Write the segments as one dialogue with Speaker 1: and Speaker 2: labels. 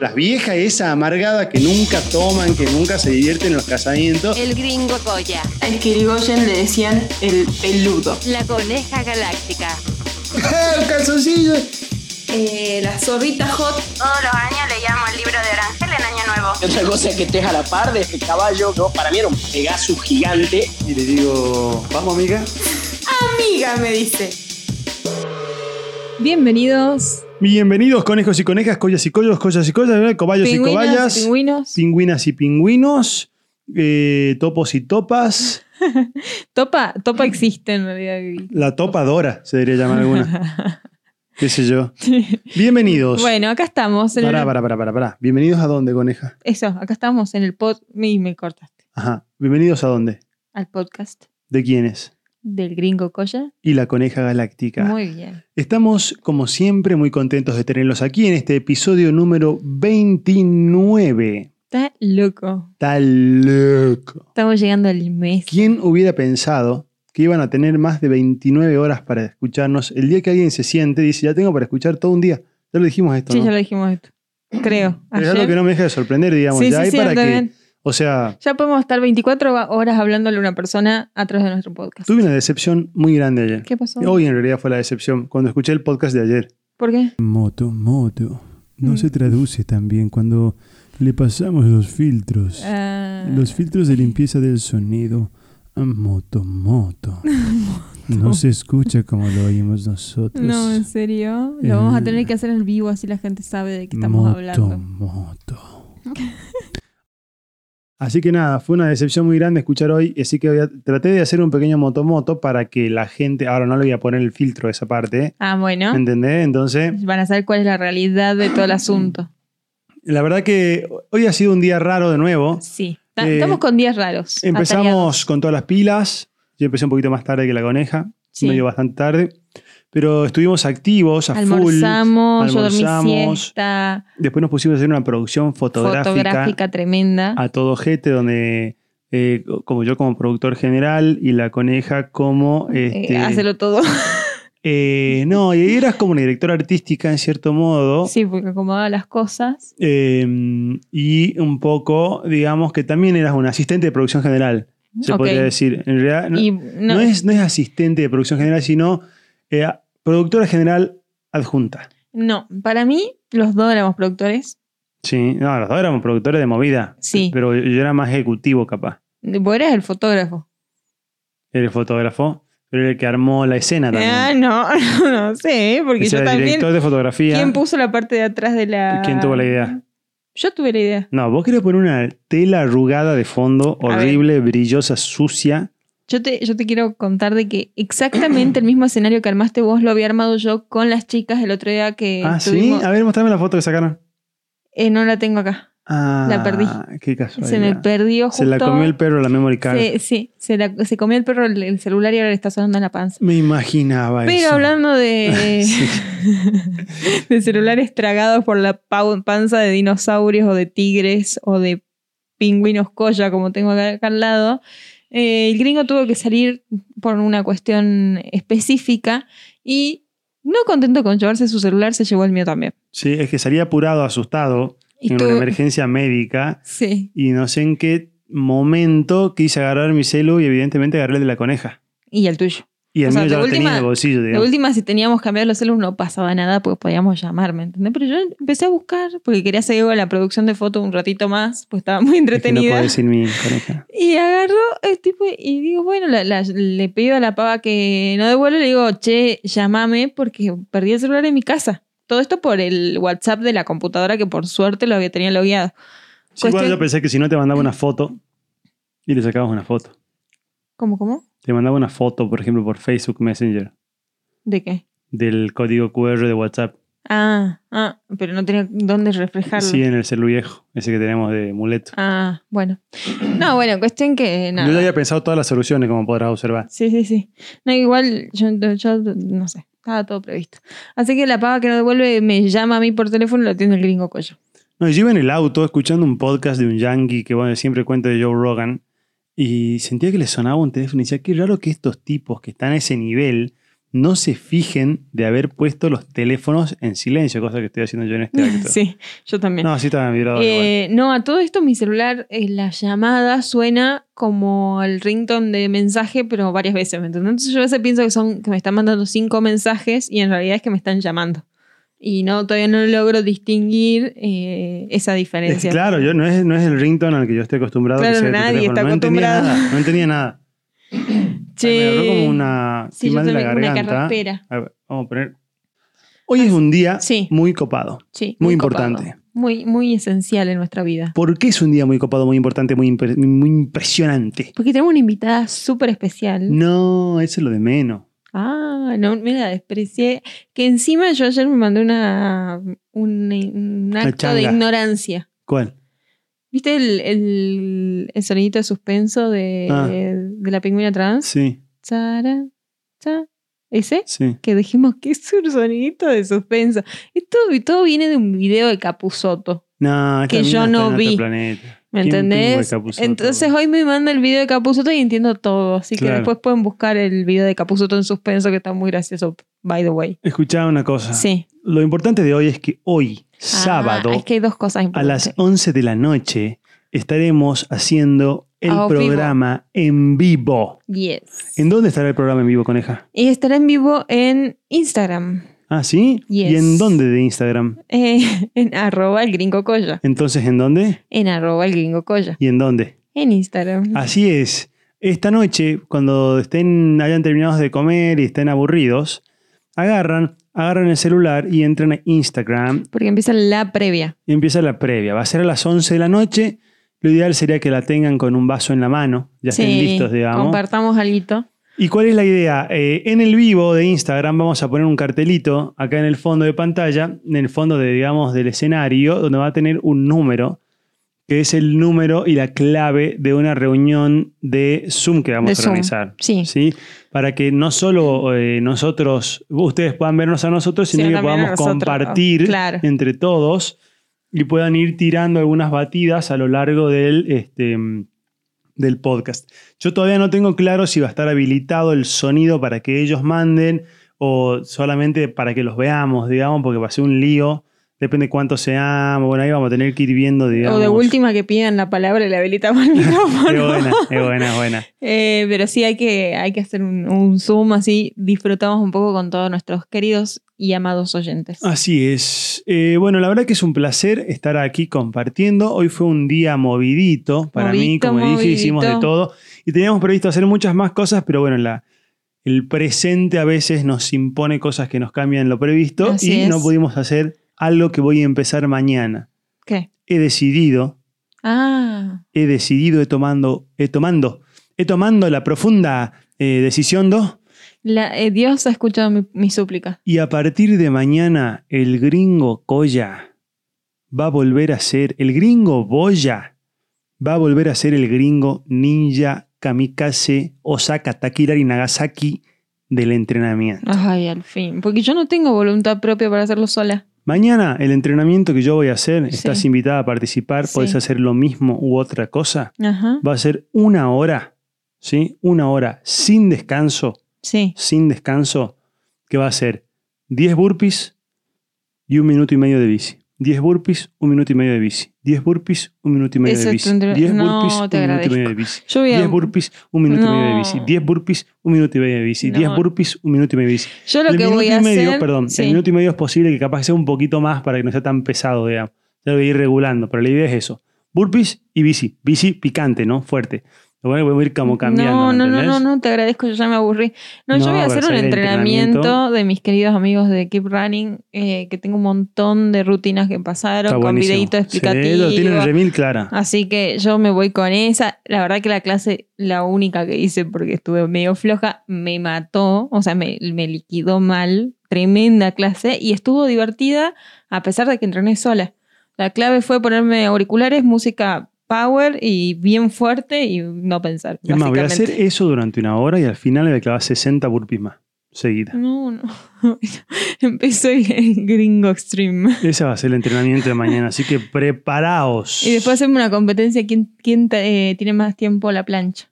Speaker 1: Las viejas esas amargadas que nunca toman, que nunca se divierten en los casamientos.
Speaker 2: El gringo Goya.
Speaker 3: Al Kirigoyen le decían el peludo.
Speaker 2: La coneja galáctica.
Speaker 1: ¡El calzoncillo!
Speaker 4: Eh, la zorrita hot.
Speaker 5: Todos los años leíamos el libro de Orangel en Año Nuevo.
Speaker 6: Y otra cosa es que estés a la par de este caballo. Yo, para mí era un Pegasus gigante.
Speaker 1: Y le digo, vamos amiga.
Speaker 3: Amiga, me dice.
Speaker 7: Bienvenidos,
Speaker 1: Bienvenidos conejos y conejas, collas y collos, collas y collas, ¿verdad? cobayos y
Speaker 7: pingüinas,
Speaker 1: cobayas,
Speaker 7: pingüinos,
Speaker 1: pingüinas y pingüinos, eh, topos y topas,
Speaker 7: topa, topa existe en realidad.
Speaker 1: la topadora se debería llamar alguna. ¿Qué sé yo? Bienvenidos.
Speaker 7: Bueno, acá estamos. en
Speaker 1: Pará,
Speaker 7: el-
Speaker 1: pará, pará, pará, pará. ¿Bienvenidos a dónde, coneja?
Speaker 7: Eso, acá estamos en el pod, me, me cortaste,
Speaker 1: Ajá. ¿Bienvenidos a dónde?
Speaker 7: al podcast
Speaker 1: ¿De quiénes?
Speaker 7: del gringo Coya.
Speaker 1: Y la coneja galáctica.
Speaker 7: Muy bien.
Speaker 1: Estamos, como siempre, muy contentos de tenerlos aquí en este episodio número 29.
Speaker 7: Está loco.
Speaker 1: Tal loco.
Speaker 7: Estamos llegando al mes.
Speaker 1: ¿Quién hubiera pensado que iban a tener más de 29 horas para escucharnos? El día que alguien se siente, dice, ya tengo para escuchar todo un día. Ya lo dijimos esto,
Speaker 7: Sí,
Speaker 1: ¿no?
Speaker 7: ya lo dijimos esto. Creo.
Speaker 1: Pero es algo que
Speaker 7: Ayer.
Speaker 1: no me deja de sorprender, digamos.
Speaker 7: Sí,
Speaker 1: ya
Speaker 7: sí,
Speaker 1: hay
Speaker 7: sí,
Speaker 1: para
Speaker 7: está
Speaker 1: que...
Speaker 7: bien.
Speaker 1: O sea,
Speaker 7: Ya podemos estar 24 horas hablándole a una persona atrás de nuestro podcast.
Speaker 1: tuve una decepción muy grande ayer.
Speaker 7: ¿Qué pasó?
Speaker 1: Hoy en realidad fue la decepción, cuando escuché el podcast de ayer.
Speaker 7: ¿Por qué?
Speaker 8: Moto, moto. No
Speaker 7: Mm.
Speaker 8: se traduce también cuando le pasamos los filtros.
Speaker 7: Ah,
Speaker 8: Los filtros de limpieza del sonido a moto, moto. No se escucha como lo oímos nosotros.
Speaker 7: no, en serio. Lo vamos a
Speaker 8: Eh,
Speaker 7: tener que hacer en vivo, así la gente sabe de qué estamos
Speaker 8: moto,
Speaker 7: hablando.
Speaker 8: moto.
Speaker 1: Así que nada, fue una decepción muy grande escuchar hoy, así que voy a- traté de hacer un pequeño motomoto para que la gente, ahora no le voy a poner el filtro a esa parte, ¿eh?
Speaker 7: Ah, bueno.
Speaker 1: ¿entendés? Entonces,
Speaker 7: Van a saber cuál es la realidad de todo el asunto.
Speaker 1: la verdad que hoy ha sido un día raro de nuevo.
Speaker 7: Sí. Ta-
Speaker 1: Eh,
Speaker 7: Estamos con días raros. atareados.
Speaker 1: Empezamos con todas las pilas. Yo empecé un poquito más tarde que la coneja,
Speaker 7: Sí.
Speaker 1: medio bastante tarde. Pero estuvimos activos a
Speaker 7: Almorzamos,
Speaker 1: full.
Speaker 7: yo dormí siesta,
Speaker 1: Después nos pusimos a hacer una producción fotográfica, Ah,
Speaker 7: fotográfica, tremenda.
Speaker 1: a todo gente, donde eh, como yo como productor general y la coneja como.
Speaker 7: Eh,
Speaker 1: Este,
Speaker 7: hacerlo todo.
Speaker 1: eh, no, y eras como una directora artística en cierto modo.
Speaker 7: sí, porque acomodaba las cosas.
Speaker 1: Eh, y un poco, digamos que también eras un asistente de producción general, se
Speaker 7: Ok.
Speaker 1: podría decir. En realidad, no-
Speaker 7: y
Speaker 1: No,
Speaker 7: no,
Speaker 1: es, no es asistente de producción general, sino eh, productora general adjunta.
Speaker 7: no, para mí los dos éramos productores.
Speaker 1: Sí, no, los dos éramos productores de movida.
Speaker 7: Sí.
Speaker 1: Pero yo era más ejecutivo, capaz.
Speaker 7: Vos eras el fotógrafo.
Speaker 1: Era el fotógrafo, pero era el que armó la escena también.
Speaker 7: Ah, no, no, no sé, porque
Speaker 1: O sea,
Speaker 7: yo
Speaker 1: el
Speaker 7: también.
Speaker 1: director de fotografía.
Speaker 7: ¿Quién puso la parte de atrás de la.
Speaker 1: ¿Quién tuvo la idea?
Speaker 7: Yo tuve la idea.
Speaker 1: No, vos querés poner una tela arrugada de fondo,
Speaker 7: A ver.
Speaker 1: horrible, brillosa, sucia.
Speaker 7: Yo te, yo te quiero contar de que exactamente el mismo escenario que armaste vos lo había armado yo con las chicas el otro día que
Speaker 1: ah, sí.
Speaker 7: Eh, tuvimos-
Speaker 1: A ver, mostrame la foto que sacaron.
Speaker 7: Eh, no la tengo acá.
Speaker 1: Ah,
Speaker 7: La perdí.
Speaker 1: Qué casualidad.
Speaker 7: Se me perdió justo.
Speaker 1: Se la comió el perro la memory card.
Speaker 7: Se- sí, se, la- se comió el perro el, el celular y ahora le está sonando en la panza.
Speaker 1: Me imaginaba
Speaker 7: Pero
Speaker 1: eso.
Speaker 7: hablando de,
Speaker 1: Sí.
Speaker 7: de celulares tragados por la pau- panza de dinosaurios o de tigres o de pingüinos colla, como tengo acá, acá al lado, eh, el gringo tuvo que salir por una cuestión específica y no contento con llevarse su celular, se llevó el mío también.
Speaker 1: Sí, es que salía apurado, asustado,
Speaker 7: Y
Speaker 1: en
Speaker 7: tuve-
Speaker 1: una emergencia médica,
Speaker 7: Sí.
Speaker 1: y no sé en qué momento quise agarrar mi celu y evidentemente agarré el de la coneja.
Speaker 7: Y el tuyo.
Speaker 1: Y
Speaker 7: O
Speaker 1: el
Speaker 7: sea,
Speaker 1: mío ya
Speaker 7: de
Speaker 1: lo tenía
Speaker 7: última-
Speaker 1: en el bolsillo,
Speaker 7: De
Speaker 1: digamos.
Speaker 7: última, si teníamos cambiado los celos, no pasaba nada porque podíamos llamar, ¿me entendés? Pero yo empecé a buscar porque quería seguir con la producción de fotos un ratito más, pues estaba muy
Speaker 1: Es que no puedo
Speaker 7: entretenida.
Speaker 1: decir mi coneja.
Speaker 7: y agarro el tipo y digo, bueno, la- la- le pido a la pava que no devuelva, le digo, che, llámame porque perdí el celular en mi casa. Todo esto por el WhatsApp de la computadora que por suerte lo había tenido logueado.
Speaker 1: Sí, igual
Speaker 7: Cuestión-
Speaker 1: yo pensé que si no te mandaba una foto y le sacabas una foto.
Speaker 7: ¿Cómo, cómo?
Speaker 1: Te mandaba una foto, por ejemplo, por Facebook Messenger
Speaker 7: ¿De qué?
Speaker 1: del código QR de WhatsApp.
Speaker 7: Ah, ah, pero no tenía dónde reflejarlo.
Speaker 1: Sí, en el celu viejo, ese que tenemos de muleto.
Speaker 7: Ah, bueno. No, bueno, cuestión que nada.
Speaker 1: Yo ya había pensado todas las soluciones, como podrás observar.
Speaker 7: Sí, sí, sí. No, igual yo, yo no sé, estaba todo previsto. Así que la paga que no devuelve me llama a mí por teléfono y lo atiende el gringo Coyo.
Speaker 1: No, yo iba en el auto escuchando un podcast de un yankee que bueno, siempre cuenta de Joe Rogan y sentía que le sonaba un teléfono y decía, qué raro que estos tipos que están a ese nivel no se fijen de haber puesto los teléfonos en silencio, cosa que estoy haciendo yo en este acto.
Speaker 7: Sí, yo también.
Speaker 1: No, sí estaba en vibrador igual.
Speaker 7: Eh, no, a todo esto mi celular, eh, la llamada suena como el ringtone de mensaje, pero varias veces, ¿me entendés? Entonces yo a veces pienso que, son, que me están mandando cinco mensajes y en realidad es que me están llamando. Y no, todavía no logro distinguir eh, esa
Speaker 1: Es que,
Speaker 7: diferencia.
Speaker 1: claro, yo, no, es, no es el ringtone al que yo estoy acostumbrado.
Speaker 7: Claro,
Speaker 1: que sea de tu
Speaker 7: nadie
Speaker 1: teléfono.
Speaker 7: está
Speaker 1: no entendía
Speaker 7: acostumbrado.
Speaker 1: nada, no entendía nada. Ay,
Speaker 7: Che.
Speaker 1: Me agarró como una...
Speaker 7: Sí,
Speaker 1: estoy
Speaker 7: yo
Speaker 1: mal de la
Speaker 7: también, una
Speaker 1: garganta.
Speaker 7: carraspera.
Speaker 1: A ver, vamos a poner... Hoy es un día
Speaker 7: Sí.
Speaker 1: muy copado.
Speaker 7: Sí,
Speaker 1: Muy
Speaker 7: copado.
Speaker 1: importante.
Speaker 7: Muy, muy esencial en nuestra vida.
Speaker 1: ¿Por qué es un día muy copado, muy importante, muy, impre- muy impresionante?
Speaker 7: Porque tenemos una invitada súper especial.
Speaker 1: No, eso es lo de menos.
Speaker 7: Ah, no, me la desprecié. Que encima yo ayer me mandé una, un, un
Speaker 1: Una
Speaker 7: acto de
Speaker 1: changa.
Speaker 7: ignorancia.
Speaker 1: ¿Cuál?
Speaker 7: ¿Viste el, el, el sonidito de suspenso de,
Speaker 1: Ah.
Speaker 7: de la pingüina trans?
Speaker 1: Sí,
Speaker 7: Chara, cha. ¿Ese?
Speaker 1: sí.
Speaker 7: Que dijimos que es un sonidito de suspenso. Esto todo viene de un video de Capusoto.
Speaker 1: No, esta
Speaker 7: Que yo
Speaker 1: mina está
Speaker 7: no
Speaker 1: en otro
Speaker 7: vi.
Speaker 1: planeta.
Speaker 7: ¿Me
Speaker 1: ¿Quién pingo de
Speaker 7: entendés?
Speaker 1: Capusotto?
Speaker 7: Entonces hoy me manda el video de Capusoto y entiendo todo. Así que
Speaker 1: Claro.
Speaker 7: después pueden buscar el video de Capusoto en suspenso que está muy gracioso, by the way.
Speaker 1: Escuchá una cosa.
Speaker 7: Sí.
Speaker 1: Lo importante de hoy es que hoy, sábado,
Speaker 7: Ah, es que hay dos cosas
Speaker 1: a las
Speaker 7: importantes.
Speaker 1: 11 de la noche, estaremos haciendo el
Speaker 7: A Ah, oh, vivo.
Speaker 1: programa en vivo.
Speaker 7: Yes.
Speaker 1: ¿En dónde estará el programa en vivo, coneja?
Speaker 7: Y estará en vivo en Instagram,
Speaker 1: Ah, ¿sí? ¿Y
Speaker 7: Yes.
Speaker 1: en dónde de Instagram?
Speaker 7: eh, en arroba el gringo colla,
Speaker 1: Entonces, ¿en dónde?
Speaker 7: en arroba el gringo colla,
Speaker 1: ¿Y en dónde?
Speaker 7: en Instagram.
Speaker 1: Así es. Esta noche, cuando estén, hayan terminado de comer y estén aburridos, agarran, agarran el celular y entran a Instagram
Speaker 7: Porque empieza la previa.
Speaker 1: y empieza la previa. Va a ser a las 11 de la noche. Lo ideal sería que la tengan con un vaso en la mano. Ya estén
Speaker 7: Sí,
Speaker 1: listos, digamos.
Speaker 7: Compartamos algo.
Speaker 1: ¿Y cuál es la idea? Eh, en el vivo de Instagram vamos a poner un cartelito acá en el fondo de pantalla, en el fondo de, digamos, del escenario, donde va a tener un número, que es el número y la clave de una reunión de Zoom que vamos
Speaker 7: De
Speaker 1: a
Speaker 7: Zoom,
Speaker 1: organizar.
Speaker 7: sí.
Speaker 1: Para que no solo eh, nosotros, ustedes puedan vernos a nosotros, sino
Speaker 7: Sino
Speaker 1: que
Speaker 7: también a
Speaker 1: podamos
Speaker 7: nosotros,
Speaker 1: compartir
Speaker 7: claro.
Speaker 1: entre todos y puedan ir tirando algunas batidas a lo largo del, este, del podcast. Yo todavía no tengo claro si va a estar habilitado el sonido para que ellos manden o solamente para que los veamos, digamos, porque va a ser un lío. Depende cuántos seamos. Bueno, ahí vamos a tener que ir viendo, digamos.
Speaker 7: O de última que pidan la palabra y le habilitamos el
Speaker 1: Es
Speaker 7: micrófono.
Speaker 1: buena, es buena, es buena.
Speaker 7: Eh, pero sí hay que, hay que hacer un, un zoom así, disfrutamos un poco con todos nuestros queridos y amados oyentes.
Speaker 1: Así es. Eh, bueno, la verdad que es un placer estar aquí compartiendo. Hoy fue un día movidito para mí,
Speaker 7: Movidito,
Speaker 1: como dije,
Speaker 7: movidito.
Speaker 1: hicimos de todo. Y teníamos previsto hacer muchas más cosas, pero bueno, la, el presente a veces nos impone cosas que nos cambian lo previsto
Speaker 7: Así
Speaker 1: y
Speaker 7: es.
Speaker 1: no pudimos hacer algo que voy a empezar mañana.
Speaker 7: ¿Qué?
Speaker 1: He decidido,
Speaker 7: Ah,
Speaker 1: he decidido, he tomando, he tomando, he tomando la profunda eh, decisión 2
Speaker 7: la- eh, Dios ha escuchado mi, mi súplica.
Speaker 1: Y a partir de mañana, el gringo Coya va a volver a ser, el gringo Boya va a volver a ser el gringo ninja kamikaze Osaka Takirari Nagasaki del entrenamiento.
Speaker 7: Ay, al fin. Porque yo no tengo voluntad propia para hacerlo sola.
Speaker 1: Mañana, el entrenamiento que yo voy a hacer,
Speaker 7: Sí.
Speaker 1: estás invitada a participar,
Speaker 7: Sí.
Speaker 1: puedes hacer lo mismo u otra cosa,
Speaker 7: Ajá.
Speaker 1: va a ser una hora, ¿sí? Una hora sin descanso,
Speaker 7: Sí.
Speaker 1: sin descanso, que va a ser 10 burpees y un minuto y medio de bici. 10 burpees, un minuto y medio de bici. 10 burpees, un minuto y medio
Speaker 7: Eso
Speaker 1: de bici.
Speaker 7: tendré-
Speaker 1: 10
Speaker 7: no,
Speaker 1: burpees,
Speaker 7: te
Speaker 1: un minuto y
Speaker 7: agradezco.
Speaker 1: medio de bici.
Speaker 7: Yo voy a-
Speaker 1: 10 burpees, un minuto y medio de
Speaker 7: No.
Speaker 1: bici. 10 burpees, un minuto y medio de bici. 10
Speaker 7: No.
Speaker 1: burpees, un minuto y medio de bici.
Speaker 7: Yo lo
Speaker 1: el
Speaker 7: que
Speaker 1: minuto
Speaker 7: voy a
Speaker 1: y medio,
Speaker 7: hacer.
Speaker 1: perdón,
Speaker 7: sí.
Speaker 1: el minuto y medio es posible que capaz que sea un poquito más para que no sea tan pesado, digamos. Ya lo voy a ir regulando, pero la idea es eso. Burpees y bici. Bici picante, ¿no? Fuerte. Lo voy a- voy a ir como cambiando.
Speaker 7: no, no, no,
Speaker 1: ¿entendés?
Speaker 7: no, no, te agradezco, yo ya me aburrí. No, yo
Speaker 1: No,
Speaker 7: voy a
Speaker 1: pero
Speaker 7: hacer un
Speaker 1: sabés el
Speaker 7: entrenamiento,
Speaker 1: entrenamiento.
Speaker 7: de mis queridos amigos de Keep Running, eh, que tengo un montón de rutinas que pasaron,
Speaker 1: Está
Speaker 7: con
Speaker 1: buenísimo.
Speaker 7: videitos
Speaker 1: Sí, lo
Speaker 7: explicativos.
Speaker 1: tienen remil clara.
Speaker 7: Así que yo me voy con esa. La verdad que la clase, la única que hice porque estuve medio floja, me mató, o sea, me, me liquidó mal. Tremenda clase y estuvo divertida a pesar de que entrené sola. La clave fue ponerme auriculares, música power y bien fuerte y no pensar.
Speaker 1: Es más, voy a hacer
Speaker 7: básicamente.
Speaker 1: eso durante una hora y al final le voy a clavar 60 burpees más seguida.
Speaker 7: No, no. Empezó el, el gringo extreme.
Speaker 1: Ese va a ser el entrenamiento de mañana, así que preparaos.
Speaker 7: Y después hacemos una competencia, ¿quién, quién eh, tiene más tiempo la plancha?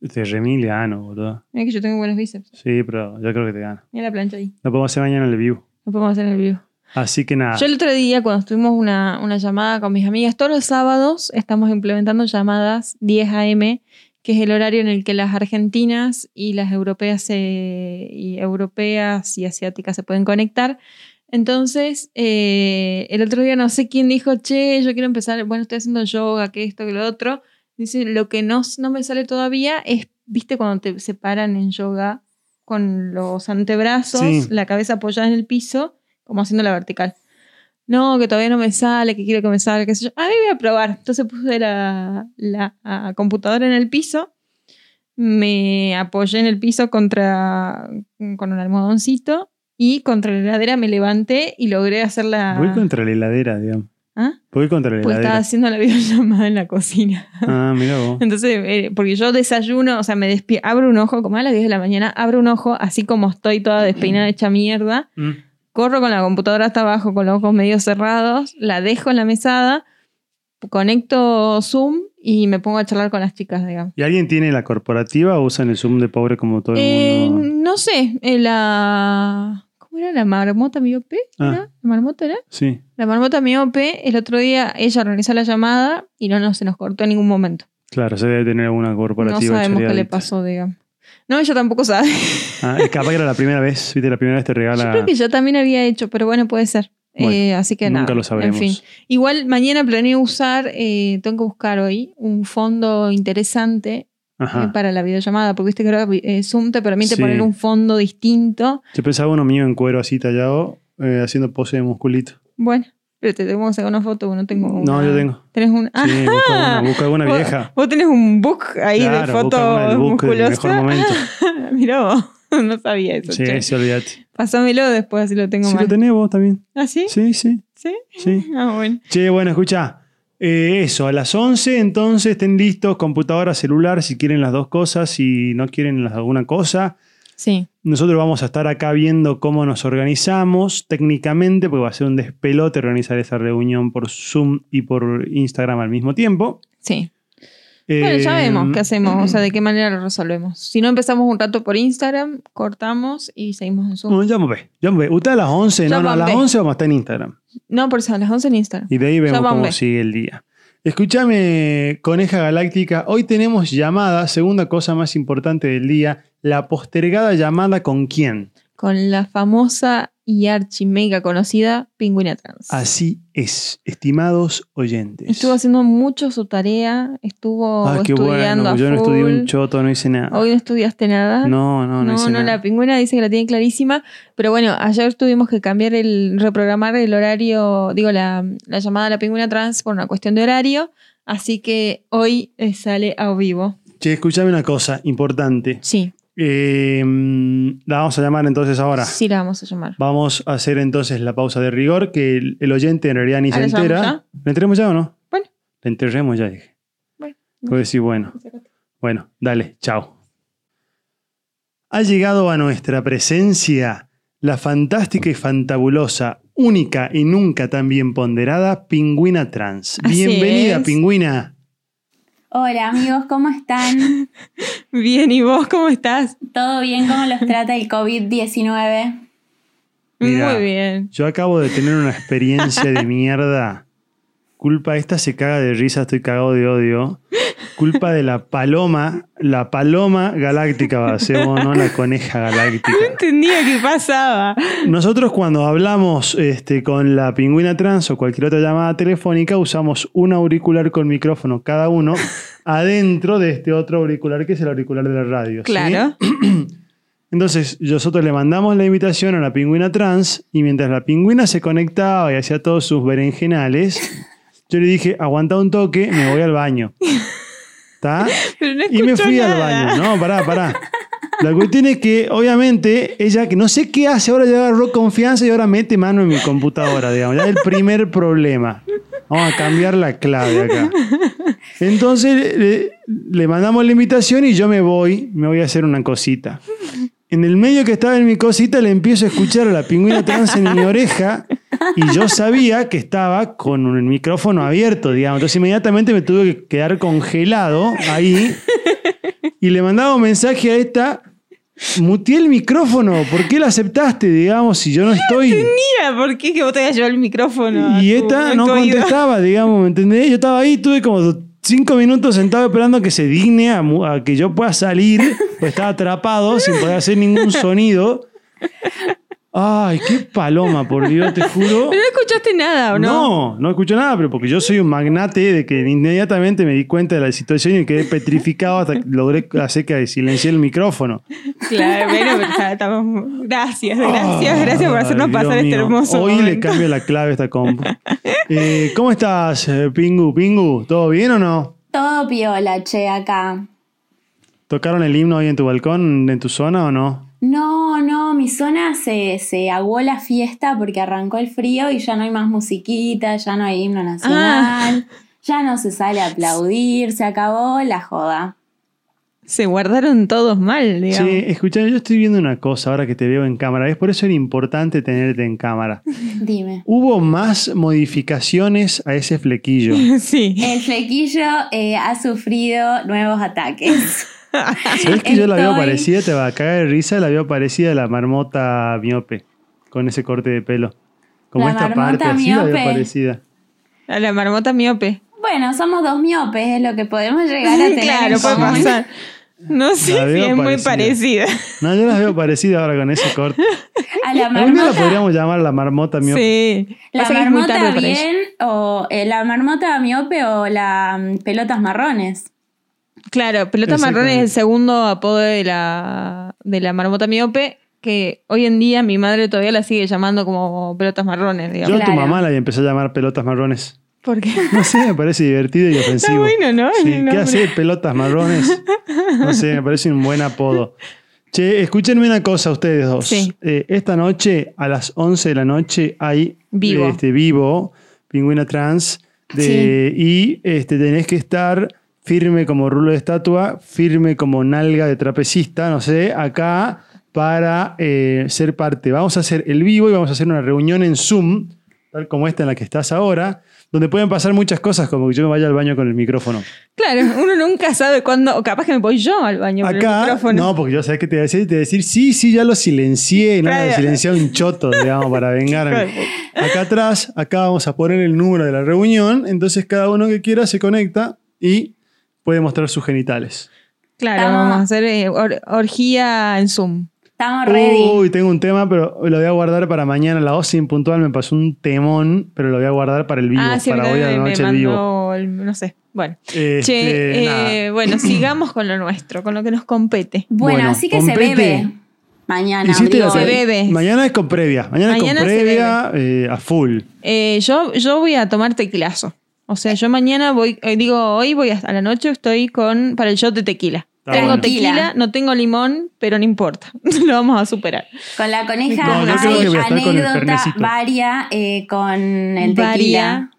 Speaker 1: Te Este, remil gano, boludo.
Speaker 7: Mira que yo tengo buenos bíceps.
Speaker 1: Sí, pero yo creo que te gano.
Speaker 7: Mira la plancha ahí.
Speaker 1: Lo podemos hacer mañana en el vivo.
Speaker 7: Lo podemos hacer en el vivo.
Speaker 1: Así que nada.
Speaker 7: Yo el otro día, cuando tuvimos una, una llamada con mis amigas, todos los sábados estamos implementando llamadas 10 a.m., que es el horario en el que las argentinas y las europeas, se- y, europeas y asiáticas se pueden conectar. Entonces, eh, el otro día no sé quién dijo, che, yo quiero empezar, bueno, estoy haciendo yoga, que esto, que lo otro. Dice, lo que no, no me sale todavía es, viste, cuando te separan en yoga con los antebrazos,
Speaker 1: Sí.
Speaker 7: la cabeza apoyada en el piso, como haciendo la vertical. No, que todavía no me sale, que quiero que me salga, qué sé yo. "Ah, A mí voy a probar. Entonces puse la, la, ah, computadora en el piso, me apoyé en el piso contra, con un almohadoncito y contra la heladera me levanté y logré hacer la...
Speaker 1: Voy contra la heladera, digamos.
Speaker 7: ¿Ah?
Speaker 1: Voy contra la
Speaker 7: Pues
Speaker 1: heladera.
Speaker 7: estaba haciendo la videollamada en la cocina.
Speaker 1: Ah, mira vos.
Speaker 7: Entonces, eh, porque yo desayuno, o sea, me despi- abro un ojo, como a las 10 de la mañana, abro un ojo, así como estoy toda despeinada, hecha mierda,
Speaker 1: Mm.
Speaker 7: corro con la computadora hasta abajo, con los ojos medio cerrados, la dejo en la mesada, conecto Zoom y me pongo a charlar con las chicas, digamos.
Speaker 1: ¿Y alguien tiene la corporativa o usan el Zoom de pobre como todo el
Speaker 7: Eh,
Speaker 1: mundo?
Speaker 7: no sé, eh, la... ¿Cómo era? ¿La marmota miope? ¿Era?
Speaker 1: Ah.
Speaker 7: ¿La marmota era?
Speaker 1: Sí.
Speaker 7: La marmota miope, el otro día ella organizó la llamada y no, no se nos cortó en ningún momento.
Speaker 1: Claro, se debe tener alguna corporativa.
Speaker 7: No sabemos qué le
Speaker 1: choreadita.
Speaker 7: pasó, digamos. No, ella tampoco sabe.
Speaker 1: Ah, es capaz que era la primera vez, viste, la primera vez te regala.
Speaker 7: Yo creo que yo también había hecho, pero bueno, puede ser.
Speaker 1: Bueno,
Speaker 7: Eh, así que
Speaker 1: nunca
Speaker 7: nada.
Speaker 1: lo sabremos.
Speaker 7: En fin. Igual mañana planeo usar, eh, tengo que buscar hoy, un fondo interesante
Speaker 1: Ajá.
Speaker 7: eh, para la videollamada, porque viste que ahora eh, Zoom te permite
Speaker 1: Sí.
Speaker 7: poner un fondo distinto.
Speaker 1: Yo pensaba uno mío en cuero así tallado, eh, haciendo pose de musculito.
Speaker 7: Bueno, pero te tengo que sacar una foto, porque no tengo.
Speaker 1: No,
Speaker 7: una-
Speaker 1: yo tengo.
Speaker 7: ¿Tenés un.? Ah,
Speaker 1: Sí, busca alguna, busca alguna
Speaker 7: Vos-
Speaker 1: vieja.
Speaker 7: Vos tenés un book ahí de
Speaker 1: Claro, busca alguna
Speaker 7: fotos
Speaker 1: del book del mejor
Speaker 7: musculosas. Ah,
Speaker 1: momento.
Speaker 7: Mirá vos, no sabía eso.
Speaker 1: Sí,
Speaker 7: che.
Speaker 1: sí, olvídate.
Speaker 7: Pásamelo después, así lo tengo
Speaker 1: Sí,
Speaker 7: mal.
Speaker 1: lo tenés vos también.
Speaker 7: ¿Ah, sí?
Speaker 1: Sí, sí,
Speaker 7: ¿Sí?
Speaker 1: sí.
Speaker 7: Ah, bueno.
Speaker 1: Che, bueno, escucha. eso, a las 11 entonces estén listos, computadora, celular, si quieren las dos cosas, si no quieren las, alguna cosa.
Speaker 7: Sí.
Speaker 1: Nosotros vamos a estar acá viendo cómo nos organizamos técnicamente, porque va a ser un despelote organizar esa reunión por Zoom y por Instagram al mismo tiempo.
Speaker 7: Sí. Bueno, ya
Speaker 1: Eh, mm.
Speaker 7: vemos qué hacemos, o sea, de qué manera lo resolvemos. Si no empezamos un rato por Instagram, cortamos y seguimos en Zoom.
Speaker 1: No, ya me ve, ya me ve. Usted a las 11,
Speaker 7: Ya
Speaker 1: no, no, a las
Speaker 7: bombé.
Speaker 1: 11 vamos a estar en Instagram.
Speaker 7: No, por eso, a las 11 en Instagram.
Speaker 1: Y de ahí vemos cómo
Speaker 7: bombé.
Speaker 1: sigue el día. Escúchame, Coneja Galáctica, hoy tenemos llamada, segunda cosa más importante del día, la postergada llamada con quién.
Speaker 7: Con la famosa y archimega conocida Pingüina Trans.
Speaker 1: Así es, estimados oyentes.
Speaker 7: Estuvo haciendo mucho su tarea, estuvo
Speaker 1: Ah, qué
Speaker 7: estudiando
Speaker 1: bueno,
Speaker 7: a
Speaker 1: yo no estudié
Speaker 7: full.
Speaker 1: un choto, no hice nada.
Speaker 7: Hoy no estudiaste nada.
Speaker 1: no, no, no,
Speaker 7: No,
Speaker 1: hice
Speaker 7: no,
Speaker 1: nada.
Speaker 7: la pingüina dice que la tiene clarísima, pero bueno, ayer tuvimos que cambiar el, reprogramar el horario, digo, la, la llamada a la pingüina trans por una cuestión de horario, así que hoy eh, sale a vivo.
Speaker 1: Che, escúchame una cosa importante.
Speaker 7: Sí,
Speaker 1: Eh, la vamos a llamar entonces ahora.
Speaker 7: sí la vamos a llamar.
Speaker 1: Vamos a hacer entonces la pausa de rigor, que el, el oyente en realidad ni
Speaker 7: Ah,
Speaker 1: se
Speaker 7: ¿la llamamos
Speaker 1: entera. ¿La enteremos ya o no?
Speaker 7: Bueno.
Speaker 1: La enterremos ya, dije.
Speaker 7: Bueno.
Speaker 1: Puedo decir, bueno. Bueno, dale, chao. Ha llegado a nuestra presencia la fantástica y fantabulosa, única y nunca tan bien ponderada pingüina trans.
Speaker 7: Así
Speaker 1: Bienvenida,
Speaker 7: es.
Speaker 1: pingüina.
Speaker 9: Hola amigos, ¿cómo están?
Speaker 7: Bien, ¿y vos cómo estás?
Speaker 9: ¿Todo bien? ¿Cómo los trata el COVID-19?
Speaker 1: Mirá.
Speaker 7: Muy bien.
Speaker 1: Yo acabo de tener una experiencia de mierda. Culpa esta se caga de risa, estoy cagado de odio. Culpa de la paloma, la paloma galáctica va a ser, vos, no la coneja galáctica.
Speaker 7: Entendía qué pasaba.
Speaker 1: Nosotros cuando hablamos este, con la pingüina trans o cualquier otra llamada telefónica usamos un auricular con micrófono cada uno adentro de este otro auricular que es el auricular de la radio. ¿sí?
Speaker 7: Claro.
Speaker 1: Entonces, nosotros le mandamos la invitación a la pingüina trans y mientras la pingüina se conectaba y hacía todos sus berenjenales, yo le dije, aguanta un toque, me voy al baño. ¿Está?
Speaker 7: Pero no
Speaker 1: Y me
Speaker 7: escuchó
Speaker 1: fui al
Speaker 7: nada.
Speaker 1: baño. No, pará, pará. La cuestión es que, obviamente, ella que no sé qué hace, ahora ya agarró confianza y ahora mete mano en mi computadora, digamos. Ya es el primer problema. Vamos a cambiar la clave acá. Entonces le, le mandamos la invitación y yo me voy, me voy a hacer una cosita. En el medio que estaba en mi cosita le empiezo a escuchar a la pingüina trans en mi oreja y yo sabía que estaba con el micrófono abierto, digamos. Entonces inmediatamente me tuve que quedar congelado ahí y y le mandaba un mensaje a esta. Muteé el micrófono, ¿por qué la aceptaste? Digamos, si yo no estoy.
Speaker 7: Mira, ¿por qué que vos te hayas llevado el micrófono? a
Speaker 1: Y
Speaker 7: tu- a
Speaker 1: esta
Speaker 7: tu
Speaker 1: no
Speaker 7: oído?
Speaker 1: contestaba, digamos, ¿me entendés? Yo estaba ahí, tuve como cinco minutos sentado esperando que se digne a, mu- a que yo pueda salir, pues estaba atrapado sin poder hacer ningún sonido. Ay, qué paloma, por Dios, te juro.
Speaker 7: Pero no escuchaste nada, ¿o no?
Speaker 1: No, no escucho nada, pero porque yo soy un magnate de que inmediatamente me di cuenta de la situación y quedé petrificado hasta que logré hacer que silencié el micrófono.
Speaker 7: Claro, bueno, pero está- estamos... Gracias, gracias,
Speaker 1: Ah,
Speaker 7: gracias por hacernos
Speaker 1: Dios
Speaker 7: pasar este
Speaker 1: mío.
Speaker 7: hermoso
Speaker 1: Hoy le
Speaker 7: momento.
Speaker 1: cambio la clave a esta compu. Eh, ¿Cómo estás, eh, Pingu? Pingu, ¿todo bien o no?
Speaker 9: Todo piola, che, acá.
Speaker 1: ¿Tocaron el himno hoy en tu balcón, en tu zona o no?
Speaker 9: No, no, mi zona se, se aguó la fiesta porque arrancó el frío y ya no hay más musiquita, ya no hay
Speaker 7: Ah.
Speaker 9: himno nacional, ya no se sale a aplaudir, se acabó la joda.
Speaker 7: Se guardaron todos mal, digamos.
Speaker 1: Che, escucha, yo estoy viendo una cosa ahora que te veo en cámara. Es por eso era importante tenerte en cámara.
Speaker 9: Dime.
Speaker 1: Hubo más modificaciones a ese flequillo.
Speaker 7: Sí.
Speaker 9: El flequillo eh, ha sufrido nuevos ataques.
Speaker 1: ¿Sabés que yo la veo
Speaker 9: Estoy-
Speaker 1: parecida? Te va a caer de risa, la veo parecida a la marmota miope, con ese corte de pelo. Como
Speaker 9: La
Speaker 1: esta
Speaker 9: marmota
Speaker 1: parte, así la veo
Speaker 9: miope.
Speaker 1: parecida.
Speaker 7: A la marmota miope.
Speaker 9: Bueno, somos dos miopes, es lo que podemos llegar a tener.
Speaker 7: claro,
Speaker 9: en
Speaker 7: puede
Speaker 9: común.
Speaker 7: pasar. No sé
Speaker 1: La
Speaker 7: si
Speaker 1: veo
Speaker 7: es muy
Speaker 1: parecida.
Speaker 7: parecida.
Speaker 1: No, yo las veo parecidas ahora con ese corte.
Speaker 9: A la
Speaker 1: Algún día la
Speaker 9: marmota,
Speaker 1: podríamos llamar la marmota miope.
Speaker 7: Sí.
Speaker 9: la
Speaker 7: Pasa que es muy tarde
Speaker 9: marmota
Speaker 7: para ella.
Speaker 9: bien o eh, la marmota miope o la mm, pelotas marrones.
Speaker 7: Claro, pelota marrón es
Speaker 1: Exactamente.
Speaker 7: el segundo apodo de la, de la marmota miope, que hoy en día mi madre todavía la sigue llamando como pelotas marrones,
Speaker 1: Yo
Speaker 7: digamos.
Speaker 1: a tu
Speaker 9: Claro.
Speaker 1: mamá la empecé a llamar pelotas marrones.
Speaker 7: ¿Por qué?
Speaker 1: No sé, me parece divertido y ofensivo.
Speaker 7: bueno, ¿no?
Speaker 1: Sí,
Speaker 7: El
Speaker 1: ¿Qué
Speaker 7: nombre.
Speaker 1: hace pelotas marrones? No sé, me parece un buen apodo. Che, escúchenme una cosa ustedes dos.
Speaker 7: Sí.
Speaker 1: Eh, esta noche, a las 11 de la noche, hay
Speaker 7: Vivo.
Speaker 1: Este, vivo Pingüina Trans. De, Y este, tenés que estar firme como rulo de estatua, firme como nalga de trapecista, no sé, acá para eh, ser parte. Vamos a hacer el vivo y vamos a hacer una reunión en Zoom, tal como esta en la que estás ahora, donde pueden pasar muchas cosas, como que yo me vaya al baño con el micrófono.
Speaker 7: Claro, uno nunca sabe cuándo, o capaz que me voy yo al baño con el
Speaker 1: Acá,
Speaker 7: micrófono.
Speaker 1: no, porque yo sabés que te voy a decir, te voy a decir, sí, sí, ya lo silencié, y no,
Speaker 7: Claro.
Speaker 1: lo silencié a un choto, digamos, para vengarme. Acá atrás, acá vamos a poner el número de la reunión, entonces cada uno que quiera se conecta y puede mostrar sus genitales.
Speaker 7: Claro,
Speaker 9: Estamos-
Speaker 7: vamos a hacer eh, or- orgía en Zoom.
Speaker 9: Estamos ready.
Speaker 1: Uy, tengo un tema, pero lo voy a guardar para mañana a las 12 en puntual, me pasó un temón, pero lo voy a guardar para el vivo,
Speaker 7: ah, sí,
Speaker 1: para hoy a la
Speaker 7: me,
Speaker 1: noche
Speaker 7: me
Speaker 1: el vivo.
Speaker 7: mandó el- no sé. Bueno,
Speaker 1: Este,
Speaker 7: che, eh,
Speaker 1: nada.
Speaker 7: bueno, sigamos con lo nuestro, con lo que nos compete.
Speaker 9: Bueno,
Speaker 1: Bueno,
Speaker 9: así que
Speaker 1: compete.
Speaker 9: se bebe. Mañana,
Speaker 1: Hiciste la
Speaker 7: Se
Speaker 9: abrigo.
Speaker 1: tarea.
Speaker 7: bebe.
Speaker 1: Mañana es con previa, mañana, es
Speaker 7: Mañana
Speaker 1: con
Speaker 7: se
Speaker 1: previa eh, a full.
Speaker 7: Eh, yo, yo voy a tomar tequilazo. O sea, yo mañana voy, eh, digo, hoy voy a, a la noche estoy con para el shot de tequila.
Speaker 1: Está
Speaker 7: tengo
Speaker 1: bueno.
Speaker 7: tequila, no tengo limón, pero no importa. Lo vamos a superar.
Speaker 9: Con la coneja
Speaker 1: No, yo creo que voy a
Speaker 9: hay
Speaker 1: estar con el
Speaker 9: anécdota
Speaker 1: Fernesito.
Speaker 9: varia eh, con el tequila.
Speaker 7: Varia.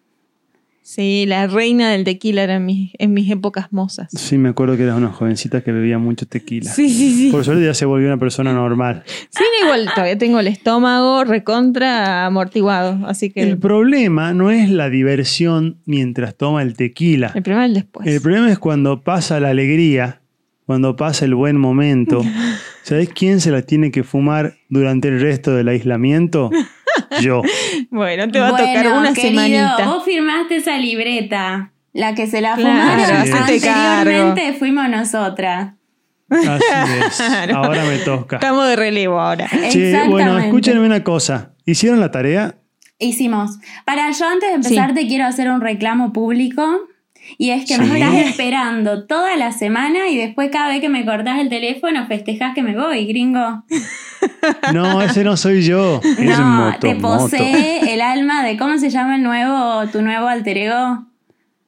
Speaker 7: Sí, la reina del tequila era en mis, en mis épocas mozas.
Speaker 1: Sí, me acuerdo que eras una jovencita que bebía mucho tequila.
Speaker 7: Sí, sí, sí.
Speaker 1: Por suerte ya se volvió una persona normal.
Speaker 7: Sí, no, igual todavía tengo el estómago recontra amortiguado. Así que
Speaker 1: El
Speaker 7: el,
Speaker 1: problema no es la diversión mientras toma el tequila.
Speaker 7: problema es el después.
Speaker 1: El problema es cuando pasa la alegría, cuando pasa el buen momento. ¿Sabés quién se la tiene que fumar durante el resto del aislamiento? Yo.
Speaker 7: bueno, te va a
Speaker 9: Bueno,
Speaker 7: tocar una
Speaker 9: querido,
Speaker 7: semanita.
Speaker 9: Vos firmaste esa libreta. La que se la
Speaker 7: Claro,
Speaker 9: fumaron
Speaker 1: hacete
Speaker 9: anteriormente fuimos nosotras.
Speaker 1: Así es. Ahora me toca.
Speaker 7: Estamos de relevo ahora.
Speaker 1: Che, bueno,
Speaker 9: Exactamente.
Speaker 1: escúchenme una cosa. ¿Hicieron la tarea?
Speaker 9: Hicimos. Para yo antes de empezar
Speaker 7: Sí.
Speaker 9: te quiero hacer un reclamo público. Y es que
Speaker 1: Sí.
Speaker 9: me estás esperando toda la semana y después cada vez que me cortás el teléfono festejas que me voy, gringo.
Speaker 1: No, ese no soy yo. Es
Speaker 9: no,
Speaker 1: moto,
Speaker 9: te
Speaker 1: moto.
Speaker 9: posee el alma de cómo se llama el nuevo, tu nuevo alter ego.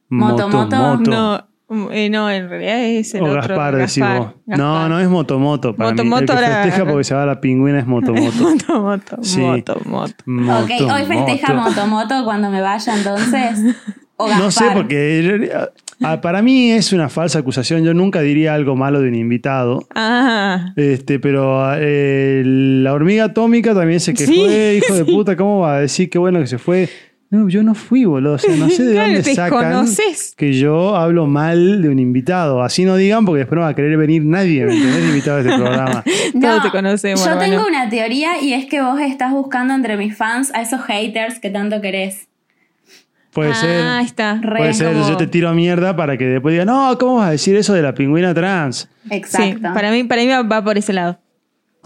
Speaker 9: Moto, moto.
Speaker 7: No, eh, no, en realidad es el
Speaker 1: o
Speaker 7: otro.
Speaker 1: Gaspar, decís
Speaker 7: Gaspar,
Speaker 1: vos. No,
Speaker 7: Gaspar.
Speaker 1: no es Motomoto para mí.
Speaker 7: Motomoto
Speaker 1: El que
Speaker 7: ahora-
Speaker 1: festeja porque se va a la pingüina es Motomoto.
Speaker 7: Moto, moto,
Speaker 1: Sí.
Speaker 7: moto, moto.
Speaker 1: Moto,
Speaker 9: ok, hoy festeja
Speaker 1: moto.
Speaker 9: Motomoto cuando me vaya entonces. O Gaspar.
Speaker 1: No sé, porque ah, para mí es una falsa acusación. Yo nunca diría algo malo de un invitado.
Speaker 7: Ah,
Speaker 1: Este, pero ah, eh, la hormiga atómica también se quejó.
Speaker 7: Sí,
Speaker 1: "Eh, hijo de puta, ¿cómo va a decir qué bueno que se fue? No, yo no fui, boludo. O sea, no sé de
Speaker 7: Claro,
Speaker 1: dónde
Speaker 7: te
Speaker 1: sacan
Speaker 7: conoces.
Speaker 1: que yo hablo mal de un invitado. Así no digan porque después no va a querer venir nadie, ¿me entendés? Invitado a este programa.
Speaker 7: Todos te conocemos,
Speaker 9: Yo
Speaker 7: hermano.
Speaker 9: tengo una teoría y es que vos estás buscando entre mis fans a esos haters que tanto querés.
Speaker 1: Puede
Speaker 7: ah,
Speaker 1: ser.
Speaker 7: ahí está.
Speaker 9: Re,
Speaker 1: Puede ser,
Speaker 9: como-
Speaker 1: yo te tiro mierda para que después digan, no, ¿cómo vas a decir eso de la pingüina trans?
Speaker 9: Exacto.
Speaker 7: Sí, para mí, para mí va- va por ese lado.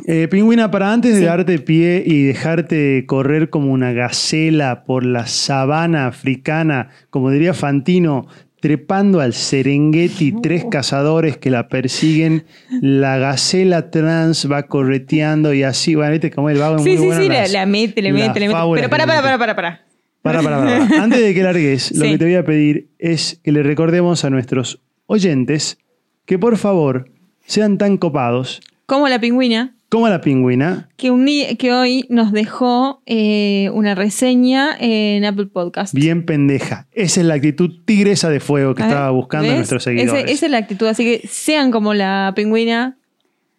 Speaker 1: Eh, pingüina, para antes de darte pie y dejarte correr como una gacela por la sabana africana, como diría Fantino, trepando al Serengeti, tres cazadores que la persiguen, la gacela trans va correteando y así, bueno, viste cómo el vago es
Speaker 7: Sí,
Speaker 1: muy
Speaker 7: sí,
Speaker 1: bueno
Speaker 7: sí, la,
Speaker 1: las-
Speaker 7: la mete, le
Speaker 1: las
Speaker 7: mete, le mete.
Speaker 1: fábulas
Speaker 7: Pero
Speaker 1: que
Speaker 7: para,
Speaker 1: le
Speaker 7: para,
Speaker 1: mete.
Speaker 7: para, para, para.
Speaker 1: Para, para, para. para. Antes de que largues, lo
Speaker 7: Sí.
Speaker 1: que te voy a pedir es que le recordemos a nuestros oyentes que por favor sean tan copados
Speaker 7: Como la pingüina,
Speaker 1: como la pingüina.
Speaker 7: que, un día- que hoy nos dejó eh, una reseña en Apple Podcast.
Speaker 1: Bien pendeja. Esa es la actitud tigresa de fuego que
Speaker 7: Ah,
Speaker 1: estaba buscando
Speaker 7: ¿ves?
Speaker 1: nuestros
Speaker 7: Ese-
Speaker 1: seguidores.
Speaker 7: esa es la actitud, así que sean como la pingüina,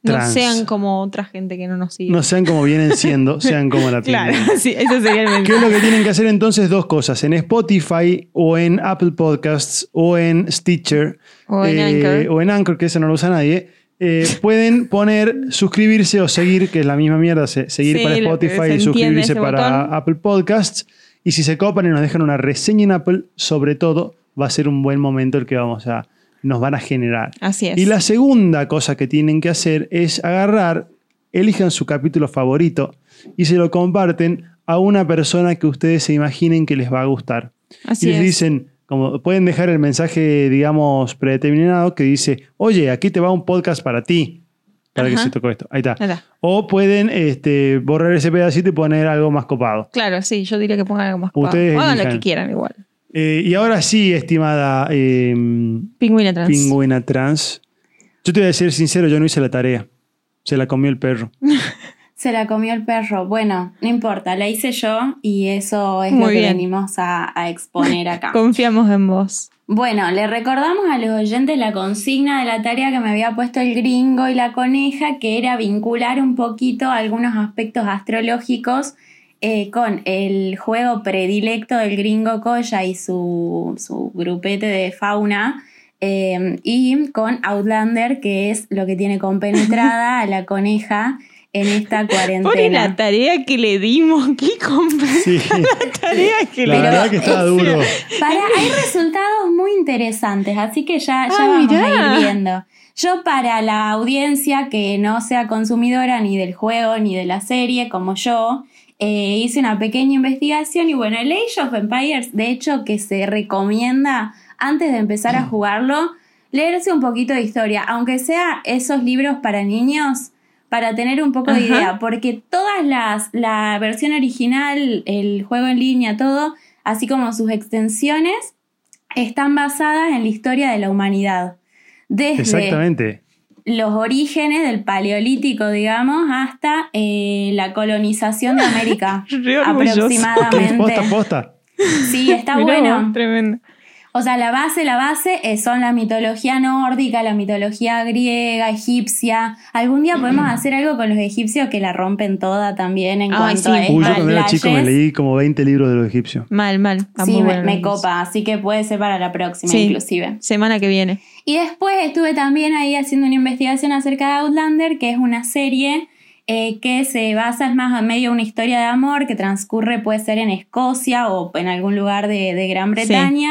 Speaker 7: no
Speaker 1: Trans.
Speaker 7: sean como otra gente que no nos sigue.
Speaker 1: No sean como vienen siendo, sean como la pingüina.
Speaker 7: claro, sí, ese sería el
Speaker 1: ¿Qué es
Speaker 7: mensaje.
Speaker 1: lo que tienen que hacer entonces? Dos cosas, en Spotify o en Apple Podcasts o en Stitcher eh,
Speaker 7: O en Anchor.
Speaker 1: o en Anchor, que eso no lo usa nadie. eh, pueden poner suscribirse o seguir, que es la misma mierda, se- seguir
Speaker 7: Sí,
Speaker 1: para
Speaker 7: lo que se
Speaker 1: Spotify y
Speaker 7: entiende
Speaker 1: suscribirse
Speaker 7: ese
Speaker 1: para
Speaker 7: botón.
Speaker 1: Apple Podcasts. Y si se copan y nos dejan una reseña en Apple, sobre todo, va a ser un buen momento el que vamos a, nos van a generar.
Speaker 7: Así es.
Speaker 1: Y la segunda cosa que tienen que hacer es agarrar, elijan su capítulo favorito y se lo comparten a una persona que ustedes se imaginen que les va a gustar.
Speaker 7: Así
Speaker 1: y les
Speaker 7: es.
Speaker 1: dicen, como pueden dejar el mensaje, digamos, predeterminado que dice, oye, aquí te va un podcast para ti. Para que
Speaker 7: Ajá.
Speaker 1: se tocó esto. Ahí está.
Speaker 7: Ahí está.
Speaker 1: O pueden este, borrar ese pedacito y poner algo más copado.
Speaker 7: Claro, sí, yo diría que pongan algo más copado.
Speaker 1: Ustedes
Speaker 7: O Hagan lo
Speaker 1: elijan.
Speaker 7: que quieran igual.
Speaker 1: Eh, y ahora sí, estimada eh,
Speaker 7: Pingüina trans.
Speaker 1: pingüina trans, yo te voy a decir sincero, yo no hice la tarea. Se la comió el perro.
Speaker 9: Se la comió el perro. Bueno, no importa, la hice yo y eso es lo
Speaker 7: Muy
Speaker 9: que
Speaker 7: bien.
Speaker 9: venimos a, a exponer acá.
Speaker 7: Confiamos en vos.
Speaker 9: Bueno, le recordamos a los oyentes la consigna de la tarea que me había puesto el gringo y la coneja, que era vincular un poquito algunos aspectos astrológicos eh, con el juego predilecto del gringo Koya y su, su grupete de fauna, eh, y con Outlander, que es lo que tiene compenetrada a la coneja en esta
Speaker 7: Pobre la
Speaker 9: cuarentena.
Speaker 7: tarea que le dimos, qué complicada
Speaker 1: Sí,
Speaker 7: tarea que
Speaker 1: la
Speaker 7: le
Speaker 1: verdad que estaba duro.
Speaker 9: Para, hay resultados muy interesantes, así que ya, ya
Speaker 7: Ah,
Speaker 9: vamos
Speaker 7: mirá.
Speaker 9: a ir viendo. Yo para la audiencia que no sea consumidora ni del juego ni de la serie como yo, eh, hice una pequeña investigación y bueno, el Age of Empires, de hecho que se recomienda antes de empezar a jugarlo, leerse un poquito de historia, aunque sea esos libros para niños, para tener un poco de
Speaker 7: Ajá.
Speaker 9: idea, porque todas las, la versión original, el juego en línea, todo, así como sus extensiones, están basadas en la historia de la humanidad. Desde
Speaker 1: Exactamente.
Speaker 9: los orígenes del paleolítico, digamos, hasta eh, la colonización de América.
Speaker 7: Re orgulloso.
Speaker 9: aproximadamente.
Speaker 1: Posta, posta.
Speaker 9: Sí, está
Speaker 7: Mirá
Speaker 9: bueno.
Speaker 7: vos, Tremendo.
Speaker 9: O sea, la base, la base eh, son la mitología nórdica, la mitología griega, egipcia. Algún día podemos hacer algo con los egipcios que la rompen toda también en
Speaker 7: Mm. Ay,
Speaker 9: cuanto
Speaker 7: sí.
Speaker 9: a
Speaker 1: Uy, yo
Speaker 9: estas
Speaker 1: cuando era chico me
Speaker 9: leyes.
Speaker 1: leí como 20 libros de los egipcios.
Speaker 7: Mal, mal. Está
Speaker 9: Sí,
Speaker 7: muy
Speaker 9: me,
Speaker 7: bueno.
Speaker 9: me copa, así que puede ser para la próxima
Speaker 7: Sí.
Speaker 9: inclusive.
Speaker 7: Semana que viene.
Speaker 9: Y después estuve también ahí haciendo una investigación acerca de Outlander, que es una serie eh, que se basa es más en medio de una historia de amor que transcurre, puede ser en Escocia o en algún lugar de, de Gran Bretaña,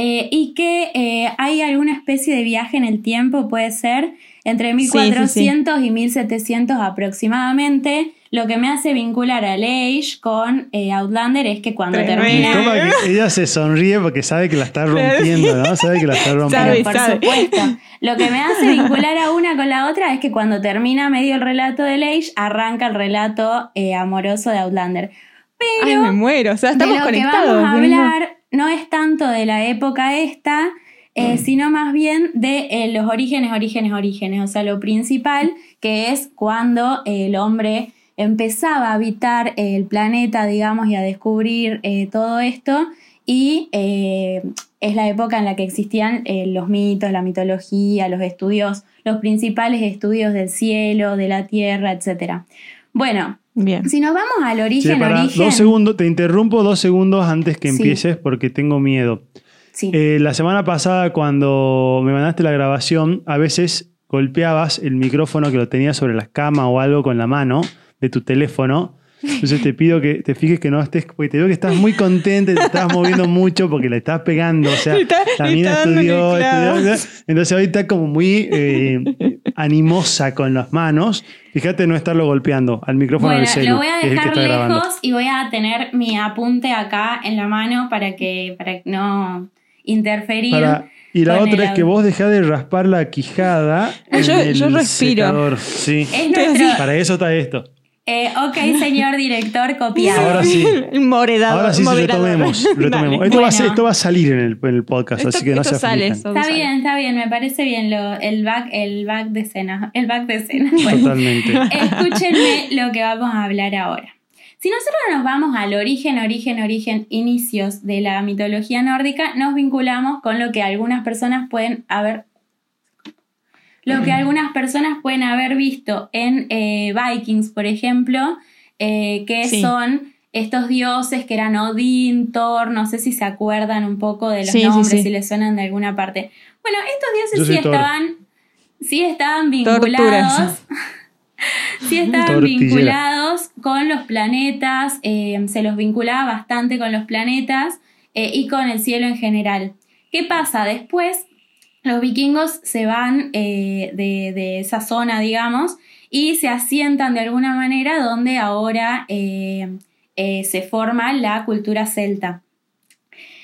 Speaker 9: eh, y que eh, hay alguna especie de viaje en el tiempo, puede ser entre
Speaker 7: Sí, sí, sí.
Speaker 9: 1400 y 1700 aproximadamente. Lo que me hace vincular a Age con eh, Outlander es que cuando
Speaker 7: Tremendo.
Speaker 1: Me
Speaker 9: termina...
Speaker 1: copa que ella se sonríe porque sabe que la está rompiendo, ¿no? Sabe que la está
Speaker 7: Sabe.
Speaker 1: rompiendo.
Speaker 9: Por supuesto. Lo que me hace vincular a una con la otra es que cuando termina medio el relato de Leish, arranca el relato eh, amoroso de Outlander.
Speaker 7: Ay,
Speaker 9: Pero
Speaker 7: me muero. O sea,
Speaker 9: de
Speaker 7: estamos
Speaker 9: lo que
Speaker 7: conectados.
Speaker 9: vamos a
Speaker 7: boludo.
Speaker 9: hablar no es tanto de la época esta, eh,
Speaker 7: Mm.
Speaker 9: sino más bien de eh, los orígenes, orígenes, orígenes. O sea, lo principal que es cuando el hombre empezaba a habitar el planeta, digamos, y a descubrir eh, todo esto. Y eh, es la época en la que existían eh, los mitos, la mitología, los estudios, los principales estudios del cielo, de la tierra, etc. Bueno,
Speaker 7: Bien.
Speaker 9: Si nos vamos al
Speaker 1: Che,
Speaker 9: origen,
Speaker 1: pará,
Speaker 9: origen.
Speaker 1: dos segundos, te interrumpo dos segundos antes que
Speaker 9: Sí.
Speaker 1: empieces porque tengo miedo.
Speaker 9: Sí.
Speaker 1: Eh, la semana pasada, cuando me mandaste la grabación, a veces golpeabas el micrófono que lo tenías sobre la cama o algo con la mano de tu teléfono. Entonces te pido que te fijes que no estés, porque te veo que estás muy contenta, te estás moviendo mucho porque la estás pegando. O sea,
Speaker 7: Le está-
Speaker 1: la
Speaker 7: le
Speaker 1: mina
Speaker 7: está dando en el
Speaker 1: estudió,
Speaker 7: clavo.
Speaker 1: estudió, estudió. Entonces hoy está como muy eh, animosa con las manos. Fíjate no estarlo golpeando al micrófono
Speaker 9: Bueno,
Speaker 1: del celu,
Speaker 9: lo voy
Speaker 1: que
Speaker 9: a
Speaker 1: es el que
Speaker 9: dejar
Speaker 1: está grabando.
Speaker 9: lejos y voy a tener mi apunte acá en la mano para que, para que no interferir.
Speaker 1: Para- y la
Speaker 9: con
Speaker 1: otra
Speaker 9: el
Speaker 1: es que
Speaker 9: audio.
Speaker 1: vos dejás de raspar la quijada. en
Speaker 7: Yo-
Speaker 1: el
Speaker 7: yo respiro.
Speaker 1: secador. Sí.
Speaker 9: Es nuestro.
Speaker 1: Para eso está esto.
Speaker 9: eh, ok, señor director, copiado.
Speaker 1: Ahora sí.
Speaker 7: El moredado.
Speaker 1: Ahora sí se
Speaker 7: moderador.
Speaker 1: retomemos. retomemos.
Speaker 7: Dale.
Speaker 1: Esto, va a,
Speaker 9: Bueno.
Speaker 1: esto va a salir en el, en el podcast,
Speaker 7: Esto-
Speaker 1: así que no
Speaker 7: esto
Speaker 1: se
Speaker 7: sale,
Speaker 1: aflijan.
Speaker 7: esto
Speaker 9: Está
Speaker 7: sale.
Speaker 9: bien, está bien, me parece bien lo, el back, el back de escena. El back de escena. Bueno.
Speaker 1: Totalmente.
Speaker 9: Escúchenme lo que vamos a hablar ahora. Si nosotros nos vamos al origen, origen, origen, inicios de la mitología nórdica, nos vinculamos con lo que algunas personas pueden haber lo que algunas personas pueden haber visto en eh, Vikings, por ejemplo, eh, que
Speaker 7: Sí.
Speaker 9: son estos dioses que eran Odín, Thor, no sé si se acuerdan un poco de los
Speaker 7: Sí, sí,
Speaker 9: nombres,
Speaker 7: sí.
Speaker 9: si les suenan de alguna parte. Bueno, estos
Speaker 1: Yo
Speaker 9: dioses
Speaker 1: soy
Speaker 9: sí
Speaker 1: Thor.
Speaker 9: estaban, sí estaban vinculados
Speaker 7: Torturas.
Speaker 9: Sí estaban
Speaker 1: Tortillera.
Speaker 9: vinculados con los planetas, eh, se los vinculaba bastante con los planetas eh, y con el cielo en general. ¿Qué pasa? Después los vikingos se van eh, de, de esa zona, digamos, y se asientan de alguna manera donde ahora eh, eh, se forma la cultura celta.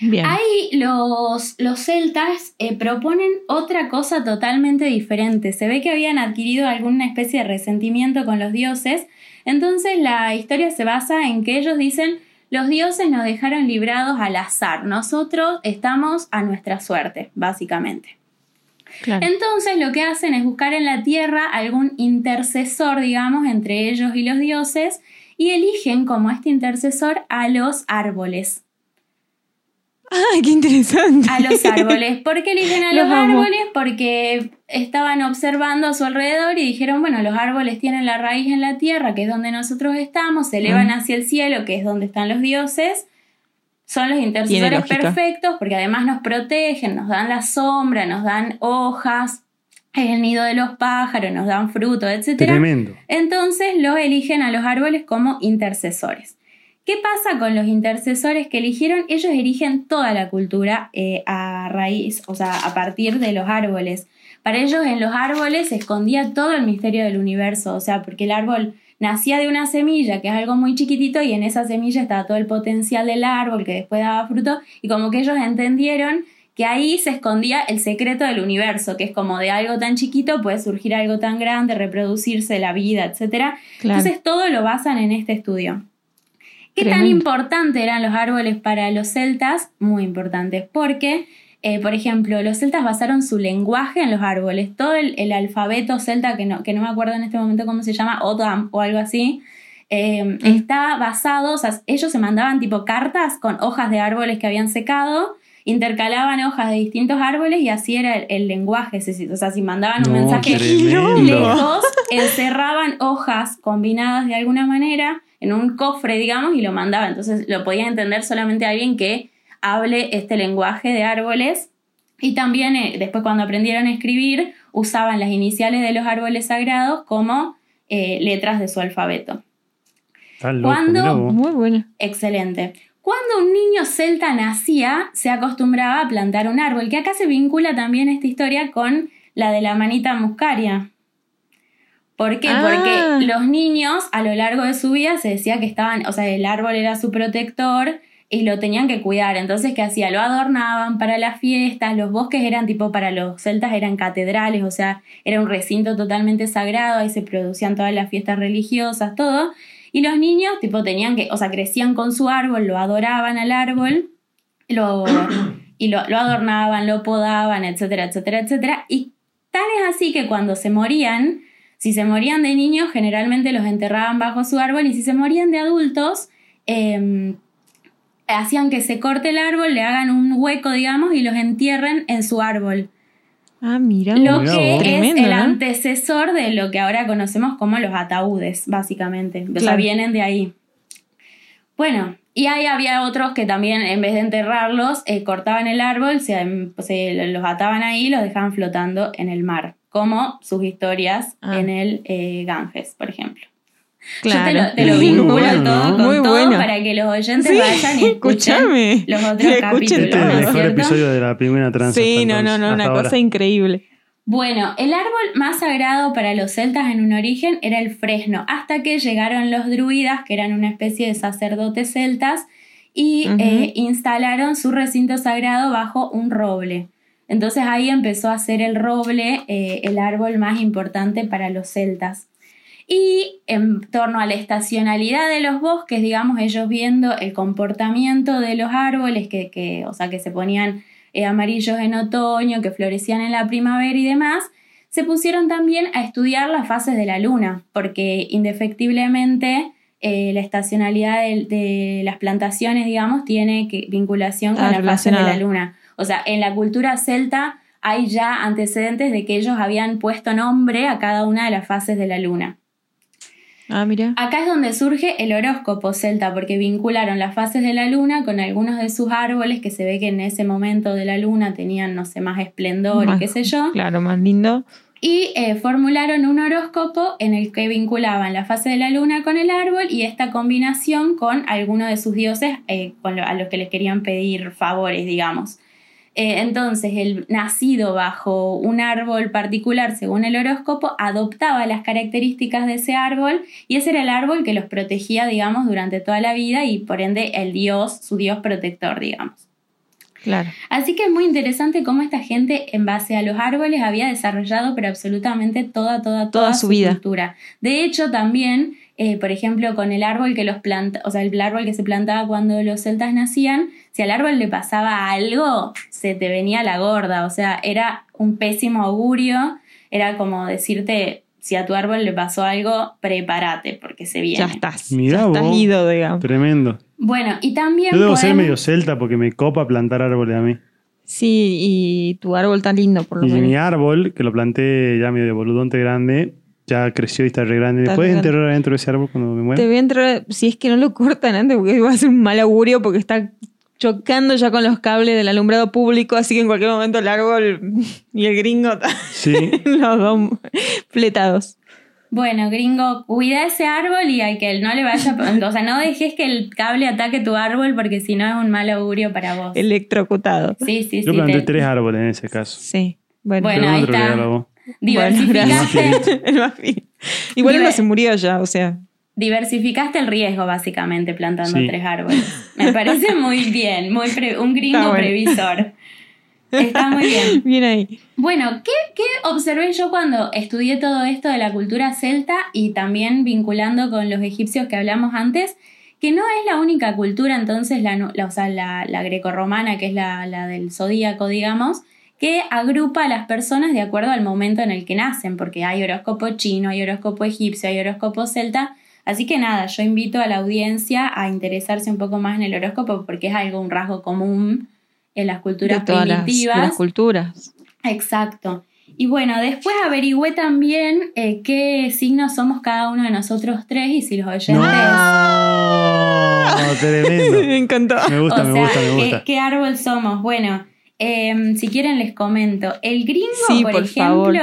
Speaker 7: Bien.
Speaker 9: Ahí los, los celtas eh, proponen otra cosa totalmente diferente. Se ve que habían adquirido alguna especie de resentimiento con los dioses. Entonces la historia se basa en que ellos dicen, los dioses nos dejaron librados al azar, nosotros estamos a nuestra suerte, básicamente.
Speaker 7: Claro.
Speaker 9: Entonces lo que hacen es buscar en la tierra algún intercesor, digamos, entre ellos y los dioses, y eligen como este intercesor a los árboles.
Speaker 7: Ay, qué interesante.
Speaker 9: A los árboles. ¿Por qué eligen a
Speaker 7: Los
Speaker 9: los,
Speaker 7: amo.
Speaker 9: árboles? Porque estaban observando a su alrededor y dijeron, bueno, los árboles tienen la raíz en la tierra, que es donde nosotros estamos, se elevan hacia el cielo, que es donde están los dioses. Son los intercesores
Speaker 7: lógica.
Speaker 9: perfectos porque además nos protegen, nos dan la sombra, nos dan hojas, es el nido de los pájaros, nos dan fruto, etcétera.
Speaker 1: Tremendo.
Speaker 9: Entonces los eligen a los árboles como intercesores. ¿Qué pasa con los intercesores que eligieron? Ellos erigen toda la cultura eh, a raíz, o sea, a partir de los árboles. Para ellos en los árboles se escondía todo el misterio del universo, o sea, porque el árbol nacía de una semilla, que es algo muy chiquitito, y en esa semilla estaba todo el potencial del árbol que después daba fruto, y como que ellos entendieron que ahí se escondía el secreto del universo, que es como de algo tan chiquito puede surgir algo tan grande, reproducirse la vida, etc.
Speaker 7: Claro.
Speaker 9: Entonces todo lo basan en este estudio. ¿Qué tan
Speaker 7: Tremendo.
Speaker 9: importantes eran los árboles para los celtas? Muy importantes, porque, eh, por ejemplo, los celtas basaron su lenguaje en los árboles. Todo el, el alfabeto celta, que no, que no me acuerdo en este momento cómo se llama, Odam o algo así, eh, está basado, o sea, ellos se mandaban tipo cartas con hojas de árboles que habían secado, intercalaban hojas de distintos árboles y así era el, el lenguaje. se- O sea, si mandaban un
Speaker 1: No,
Speaker 9: mensaje
Speaker 1: tremendo.
Speaker 9: lejos, encerraban hojas combinadas de alguna manera en un cofre, digamos, y lo mandaban. Entonces lo podía entender solamente alguien que hable este lenguaje de árboles. Y también eh, después cuando aprendieron a escribir, usaban las iniciales de los árboles sagrados como eh, letras de su alfabeto.
Speaker 1: Está loco,
Speaker 9: ¿Cuándo?
Speaker 1: mirá vos.
Speaker 7: Muy bueno.
Speaker 9: Excelente. Cuando un niño celta nacía, se acostumbraba a plantar un árbol, que acá se vincula también esta historia con la de la manita muscaria. ¿Por qué?
Speaker 7: Ah.
Speaker 9: Porque los niños a lo largo de su vida se decía que estaban, o sea, el árbol era su protector y lo tenían que cuidar. Entonces, ¿qué hacía? Lo adornaban para las fiestas, los bosques eran tipo para los celtas, eran catedrales, o sea, era un recinto totalmente sagrado, ahí se producían todas las fiestas religiosas, todo. Y los niños, tipo, tenían que, o sea, crecían con su árbol, lo adoraban al árbol, lo, y lo, lo adornaban, lo podaban, etcétera, etcétera, etcétera. Y tan es así que cuando se morían, si se morían de niños, generalmente los enterraban bajo su árbol, y si se morían de adultos, eh, hacían que se corte el árbol, le hagan un hueco, digamos, y los entierren en su árbol.
Speaker 7: Ah, mira.
Speaker 9: Lo
Speaker 1: Mirá
Speaker 9: que
Speaker 1: vos.
Speaker 9: es
Speaker 7: Tremendo,
Speaker 9: el
Speaker 7: ¿no?
Speaker 9: antecesor de lo que ahora conocemos como los ataúdes, básicamente. O sea,
Speaker 7: Claro.
Speaker 9: vienen de ahí. Bueno, y ahí había otros que también, en vez de enterrarlos, eh, cortaban el árbol, se, em, se los ataban ahí y los dejaban flotando en el mar, como sus historias
Speaker 7: Ah.
Speaker 9: en el eh, Ganges, por ejemplo.
Speaker 7: Claro.
Speaker 9: Yo te lo, te lo
Speaker 1: Muy
Speaker 9: vinculo
Speaker 1: bueno,
Speaker 9: todo
Speaker 1: ¿no?
Speaker 9: con
Speaker 7: Muy
Speaker 9: todo
Speaker 7: bueno.
Speaker 9: para que los oyentes
Speaker 7: Sí,
Speaker 9: vayan y escuchen
Speaker 7: escúchame.
Speaker 9: los otros
Speaker 7: Escuchen
Speaker 9: capítulos.
Speaker 1: Este es el
Speaker 9: ¿no es
Speaker 1: mejor
Speaker 9: cierto?
Speaker 1: episodio de la primera tranza.
Speaker 7: Sí,
Speaker 1: hasta
Speaker 7: no, no,
Speaker 1: entonces,
Speaker 7: no, una
Speaker 1: hasta
Speaker 7: cosa
Speaker 1: ahora.
Speaker 7: increíble.
Speaker 9: Bueno, el árbol más sagrado para los celtas en un origen era el fresno, hasta que llegaron los druidas, que eran una especie de sacerdotes celtas, y
Speaker 7: Ujú.
Speaker 9: eh, instalaron su recinto sagrado bajo un roble. Entonces ahí empezó a ser el roble eh, el árbol más importante para los celtas. Y en torno a la estacionalidad de los bosques, digamos, ellos viendo el comportamiento de los árboles, que, que, o sea, que se ponían eh, amarillos en otoño, que florecían en la primavera y demás, se pusieron también a estudiar las fases de la luna, porque indefectiblemente eh, la estacionalidad del- de, las plantaciones, digamos, tiene que- vinculación con
Speaker 7: Ah,
Speaker 9: las fases de la
Speaker 7: relacionado.
Speaker 9: luna. O sea, en la cultura celta hay ya antecedentes de que ellos habían puesto nombre a cada una de las fases de la luna.
Speaker 7: Ah, mira.
Speaker 9: Acá es donde surge el horóscopo celta, porque vincularon las fases de la luna con algunos de sus árboles que se ve que en ese momento de la luna tenían, no sé, más esplendor
Speaker 7: Más-
Speaker 9: y qué sé yo.
Speaker 7: Claro, más lindo.
Speaker 9: Y eh, formularon un horóscopo en el que vinculaban la fase de la luna con el árbol y esta combinación con alguno de sus dioses eh, con lo- a los que les querían pedir favores, digamos. Eh, entonces, el nacido bajo un árbol particular, según el horóscopo, adoptaba las características de ese árbol y ese era el árbol que los protegía, digamos, durante toda la vida y por ende el dios, su dios protector, digamos.
Speaker 7: Claro.
Speaker 9: Así que es muy interesante cómo esta gente, en base a los árboles, había desarrollado, pero absolutamente toda, toda, toda,
Speaker 7: Toda su vida.
Speaker 9: cultura. De hecho, también, eh, por ejemplo, con el árbol que los planta, o sea, el árbol que se plantaba cuando los celtas nacían, si al árbol le pasaba algo, se te venía la gorda. O sea, era un pésimo augurio. Era como decirte, si a tu árbol le pasó algo, prepárate, porque se viene.
Speaker 7: Ya estás.
Speaker 1: Mirá
Speaker 7: ya estás
Speaker 1: vos.
Speaker 7: ido, digamos.
Speaker 1: Tremendo.
Speaker 9: Bueno, y también.
Speaker 1: Yo debo ser
Speaker 7: ¿eh?
Speaker 9: podemos-
Speaker 1: medio celta porque me copa plantar árboles a mí.
Speaker 7: Sí, y tu árbol tan lindo, por lo
Speaker 1: Y mi
Speaker 7: menos.
Speaker 1: árbol, que lo planté ya medio de boludonte grande, ya creció y está re grande.
Speaker 7: Está
Speaker 1: ¿Puedes
Speaker 7: re grande.
Speaker 1: enterrar dentro de ese árbol cuando me muera?
Speaker 7: Te voy a entrar, si es que no lo cortan antes, porque va a ser un mal augurio, porque está chocando ya con los cables del alumbrado público, así que en cualquier momento el árbol y el gringo
Speaker 1: Sí.
Speaker 7: los dos fletados.
Speaker 9: Bueno, gringo, cuida ese árbol y a que él no le vaya. O sea, no dejes que el cable ataque tu árbol porque si no es un mal augurio para vos.
Speaker 7: Electrocutados.
Speaker 9: Sí, sí,
Speaker 1: Yo
Speaker 9: sí.
Speaker 1: planté
Speaker 9: te-
Speaker 1: tres árboles en ese caso.
Speaker 7: Sí. Bueno,
Speaker 9: Bueno,
Speaker 1: Pero
Speaker 9: ahí
Speaker 1: no te lo
Speaker 9: está.
Speaker 1: regalo a vos.
Speaker 7: Bueno,
Speaker 9: Diversificaste,
Speaker 7: gracias. El más fin. Igual
Speaker 9: Diver-
Speaker 7: uno se murió ya, o sea.
Speaker 9: diversificaste el riesgo, básicamente, plantando
Speaker 1: Sí.
Speaker 9: tres árboles. Me parece muy bien, muy pre- un gringo
Speaker 7: Está bueno.
Speaker 9: previsor. Está muy bien.
Speaker 7: Bien ahí.
Speaker 9: Bueno, ¿qué, qué observé yo cuando estudié todo esto de la cultura celta y también vinculando con los egipcios que hablamos antes? Que no es la única cultura, entonces, la, nu- la- o sea, la, la grecorromana, que es la, la del zodíaco, digamos, que agrupa a las personas de acuerdo al momento en el que nacen, porque hay horóscopo chino, hay horóscopo egipcio, hay horóscopo celta. Así que nada, yo invito a la audiencia a interesarse un poco más en el horóscopo porque es algo, un rasgo común en las
Speaker 7: De
Speaker 9: culturas
Speaker 7: todas las,
Speaker 9: primitivas.
Speaker 7: las culturas.
Speaker 9: Exacto. Y bueno, después averigüé también eh, qué signos somos cada uno de nosotros tres y si los oyentes.
Speaker 1: ¡No!
Speaker 7: me
Speaker 1: Tremendo.
Speaker 7: encantó.
Speaker 1: Me
Speaker 9: o
Speaker 1: gusta,
Speaker 9: sea,
Speaker 1: me gusta, me
Speaker 9: qué-
Speaker 1: gusta.
Speaker 9: ¿qué, árbol somos? Bueno, em, si quieren les comento. El gringo,
Speaker 7: Sí,
Speaker 9: por,
Speaker 7: por
Speaker 9: ejemplo,
Speaker 7: favor.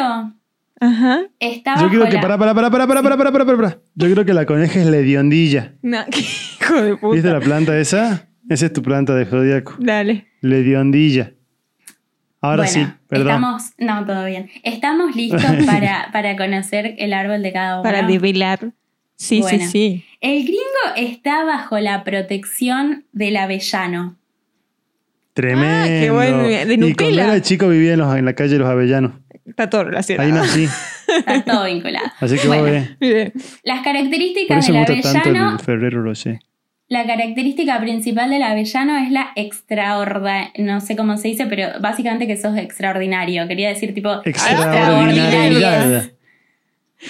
Speaker 7: Ajá.
Speaker 9: está
Speaker 1: Yo
Speaker 9: bajo
Speaker 1: creo que.
Speaker 9: la-
Speaker 1: Pará, pará, pará, pará, pará, pará, pará, pará, pará. Yo creo que la coneja es la hediondilla.
Speaker 7: No, qué hijo de puta.
Speaker 1: ¿Viste la planta esa? Esa es tu planta de zodiaco.
Speaker 7: Dale.
Speaker 1: La hediondilla. Ahora
Speaker 9: Bueno,
Speaker 1: sí, perdón.
Speaker 9: Estamos, Ah, no, todo bien. Estamos listos para, para conocer el árbol de cada uno.
Speaker 7: Para develar. Sí,
Speaker 9: Bueno.
Speaker 7: sí, sí.
Speaker 9: El gringo está bajo la protección del avellano.
Speaker 1: Tremendo.
Speaker 7: Ah, qué bueno, de
Speaker 1: y cuando
Speaker 7: Nutella.
Speaker 1: era chico vivía en, los- en la calle de los Avellanos.
Speaker 7: Está todo relacionado.
Speaker 1: Ahí nací.
Speaker 9: Está todo vinculado.
Speaker 1: Así que
Speaker 9: Bueno,
Speaker 1: vos ves.
Speaker 7: Bien.
Speaker 9: Las
Speaker 1: Por
Speaker 9: características
Speaker 1: eso
Speaker 9: del
Speaker 1: me gusta tanto
Speaker 9: avellano
Speaker 1: el Ferrero Rocher.
Speaker 9: La característica principal del avellano es la extraordinaria, no sé cómo se dice, pero básicamente que sos extraordinario. Quería decir tipo
Speaker 1: Extraordinariedad.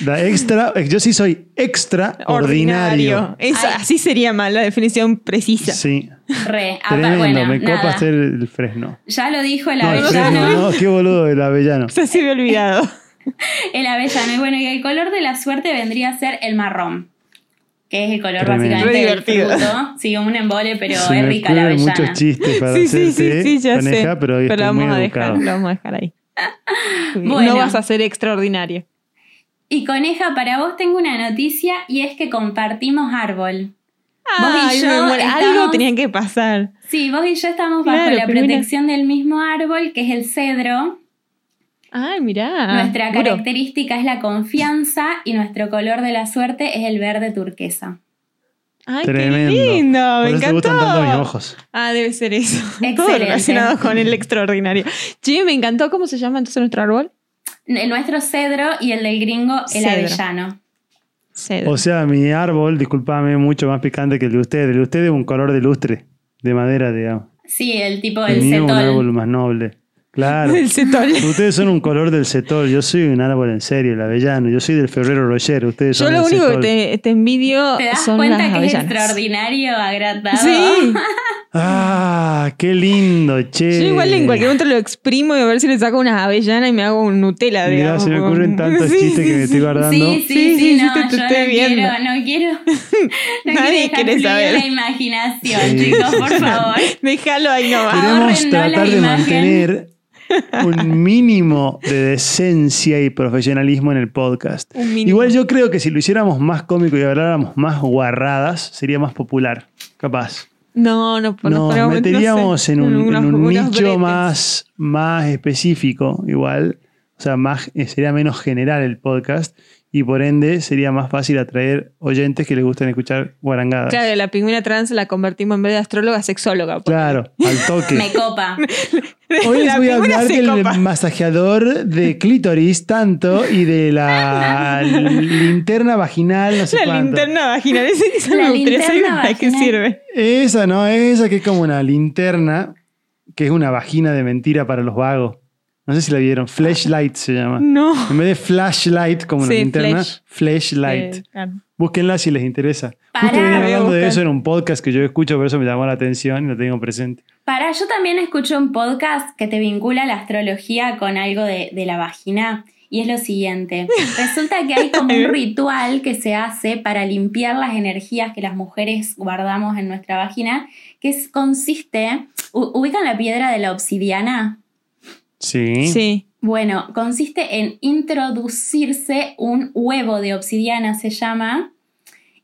Speaker 1: La extra, eh, yo sí soy extraordinario.
Speaker 7: Esa-
Speaker 9: Ay.
Speaker 7: así sería más la definición precisa.
Speaker 1: Sí.
Speaker 9: Re, apa-
Speaker 1: Tremendo,
Speaker 9: Ah, bueno,
Speaker 1: me copa
Speaker 9: nada.
Speaker 1: hacer el fresno.
Speaker 9: Ya lo dijo el
Speaker 1: No, el
Speaker 9: avellano.
Speaker 1: fresno, no, qué boludo el avellano.
Speaker 7: Se se había olvidado.
Speaker 9: El avellano. Y bueno, y el color de la suerte vendría a ser el marrón. Que es el color
Speaker 1: Tremendo.
Speaker 9: básicamente
Speaker 7: Re
Speaker 9: del
Speaker 7: divertido.
Speaker 9: fruto. Sí, un embole, pero
Speaker 1: Se
Speaker 9: es
Speaker 1: me
Speaker 9: rica la
Speaker 1: ocurren
Speaker 9: avellana.
Speaker 1: muchos chistes para
Speaker 7: Sí, sí, sí,
Speaker 1: hacerte,
Speaker 7: sí, ya
Speaker 1: Vaneja,
Speaker 7: sé.
Speaker 1: pero hoy estoy
Speaker 7: vamos
Speaker 1: muy
Speaker 7: a
Speaker 1: educado.
Speaker 7: dejar, lo vamos a dejar ahí.
Speaker 9: Bueno.
Speaker 7: No vas a ser extraordinaria.
Speaker 9: Y coneja, para vos tengo una noticia y es que compartimos árbol. Vos y
Speaker 7: Ay,
Speaker 9: yo
Speaker 7: me muero. Algo
Speaker 9: estamos-
Speaker 7: tenía que pasar.
Speaker 9: Sí, vos y yo estamos bajo
Speaker 7: Claro,
Speaker 9: la
Speaker 7: pero mira.
Speaker 9: protección del mismo árbol, que es el cedro.
Speaker 7: Ay, mirá.
Speaker 9: nuestra
Speaker 7: Bueno,
Speaker 9: característica es la confianza y nuestro color de la suerte es el verde turquesa.
Speaker 7: Ay,
Speaker 1: Tremendo.
Speaker 7: qué lindo.
Speaker 1: Por
Speaker 7: Me
Speaker 1: eso te
Speaker 7: encantó.
Speaker 1: gustan tanto mis ojos.
Speaker 7: Ah, debe ser eso. Todo
Speaker 9: Excelente.
Speaker 7: relacionado con el extraordinario. Sí, me encantó. ¿Cómo se llama entonces nuestro árbol?
Speaker 9: El nuestro cedro y el del gringo el
Speaker 7: Cedro.
Speaker 9: avellano.
Speaker 7: Cedro.
Speaker 1: O sea, mi árbol, discúlpame, mucho más picante que el de ustedes. El de ustedes es un color de lustre, de madera, digamos.
Speaker 9: Sí, el tipo
Speaker 1: El
Speaker 9: del
Speaker 1: mío es un
Speaker 9: cetol.
Speaker 1: árbol más noble. Claro.
Speaker 7: el cetol.
Speaker 1: Ustedes son un color del cetol, yo soy un árbol en serio, el avellano, yo soy del Ferrero Rocher, ustedes
Speaker 7: Yo
Speaker 1: son
Speaker 7: lo
Speaker 1: del
Speaker 7: único que
Speaker 1: cetol.
Speaker 7: te, te envidio
Speaker 9: ¿Te das
Speaker 7: son
Speaker 9: cuenta
Speaker 7: las
Speaker 9: que es
Speaker 7: avellanas.
Speaker 9: extraordinario, agradable?
Speaker 7: Sí,
Speaker 1: Ah, qué lindo, che.
Speaker 7: yo igual en cualquier momento lo exprimo y a ver si le saco unas avellanas y me hago un Nutella.
Speaker 1: Mirá,
Speaker 7: digamos,
Speaker 1: se me
Speaker 7: como-
Speaker 1: ocurren tantos
Speaker 7: Sí,
Speaker 1: chistes que
Speaker 7: sí,
Speaker 1: me
Speaker 7: sí.
Speaker 1: estoy guardando.
Speaker 9: Sí, sí, sí,
Speaker 7: Sí, sí,
Speaker 9: no,
Speaker 7: sí, te- te
Speaker 9: yo
Speaker 7: estoy
Speaker 9: no
Speaker 7: viendo.
Speaker 9: quiero, no quiero, no quiero
Speaker 7: Nadie
Speaker 9: dejar
Speaker 7: quiere
Speaker 9: fluir
Speaker 7: saber.
Speaker 9: la imaginación,
Speaker 1: Sí,
Speaker 9: chicos,
Speaker 1: sí,
Speaker 9: por
Speaker 1: sí.
Speaker 9: favor.
Speaker 7: Déjalo ahí nomás.
Speaker 1: Queremos
Speaker 9: Ahorren, no, la
Speaker 1: tratar de
Speaker 9: imagen.
Speaker 1: mantener un mínimo de decencia y profesionalismo en el podcast.
Speaker 7: Un mínimo.
Speaker 1: Igual yo creo que si lo hiciéramos más cómico y habláramos más guarradas, sería más popular, capaz.
Speaker 7: No, no, no
Speaker 1: Nos
Speaker 7: ponemos- no sé,
Speaker 1: meteríamos en un, en
Speaker 7: unos-
Speaker 1: un
Speaker 7: unos
Speaker 1: nicho
Speaker 7: bretes.
Speaker 1: más, más específico, igual. O sea, más, eh, sería menos general el podcast y por ende sería más fácil atraer oyentes que les gustan escuchar guarangadas.
Speaker 7: Claro, la pingüina trans la convertimos en vez de astróloga, sexóloga. pues. porque-
Speaker 1: Claro, al toque.
Speaker 9: Me copa.
Speaker 1: Hoy les
Speaker 7: la
Speaker 1: voy a
Speaker 7: pingüina
Speaker 1: hablar
Speaker 7: se
Speaker 1: del
Speaker 7: copa.
Speaker 1: masajeador de clítoris tanto y de la linterna vaginal, no sé
Speaker 7: La
Speaker 1: cuánto.
Speaker 7: linterna vaginal. Esa esa
Speaker 9: La
Speaker 7: me gustaría saber
Speaker 9: linterna
Speaker 7: para qué
Speaker 9: vaginal.
Speaker 7: sirve.
Speaker 1: Esa no, esa que es como una linterna, que es una vagina de mentira para los vagos. No sé si la vieron, flashlight se llama.
Speaker 7: No.
Speaker 1: En vez de flashlight como una
Speaker 7: Sí,
Speaker 1: linterna,
Speaker 7: flash.
Speaker 1: flashlight.
Speaker 7: Eh, claro.
Speaker 1: Búsquenla si les interesa.
Speaker 9: Pará,
Speaker 1: Justo vienen
Speaker 7: voy a
Speaker 1: hablando de
Speaker 7: buscar.
Speaker 1: eso en un podcast que yo escucho, por eso me llamó la atención y lo tengo presente.
Speaker 9: Para, yo también escuché un podcast que te vincula la astrología con algo de, de la vagina. Y es lo siguiente. Resulta que hay como un ritual que se hace para limpiar las energías que las mujeres guardamos en nuestra vagina, que es- consiste, u- ubican la piedra de la obsidiana.
Speaker 1: Sí.
Speaker 7: Sí.
Speaker 9: Bueno, consiste en introducirse un huevo de obsidiana, se llama,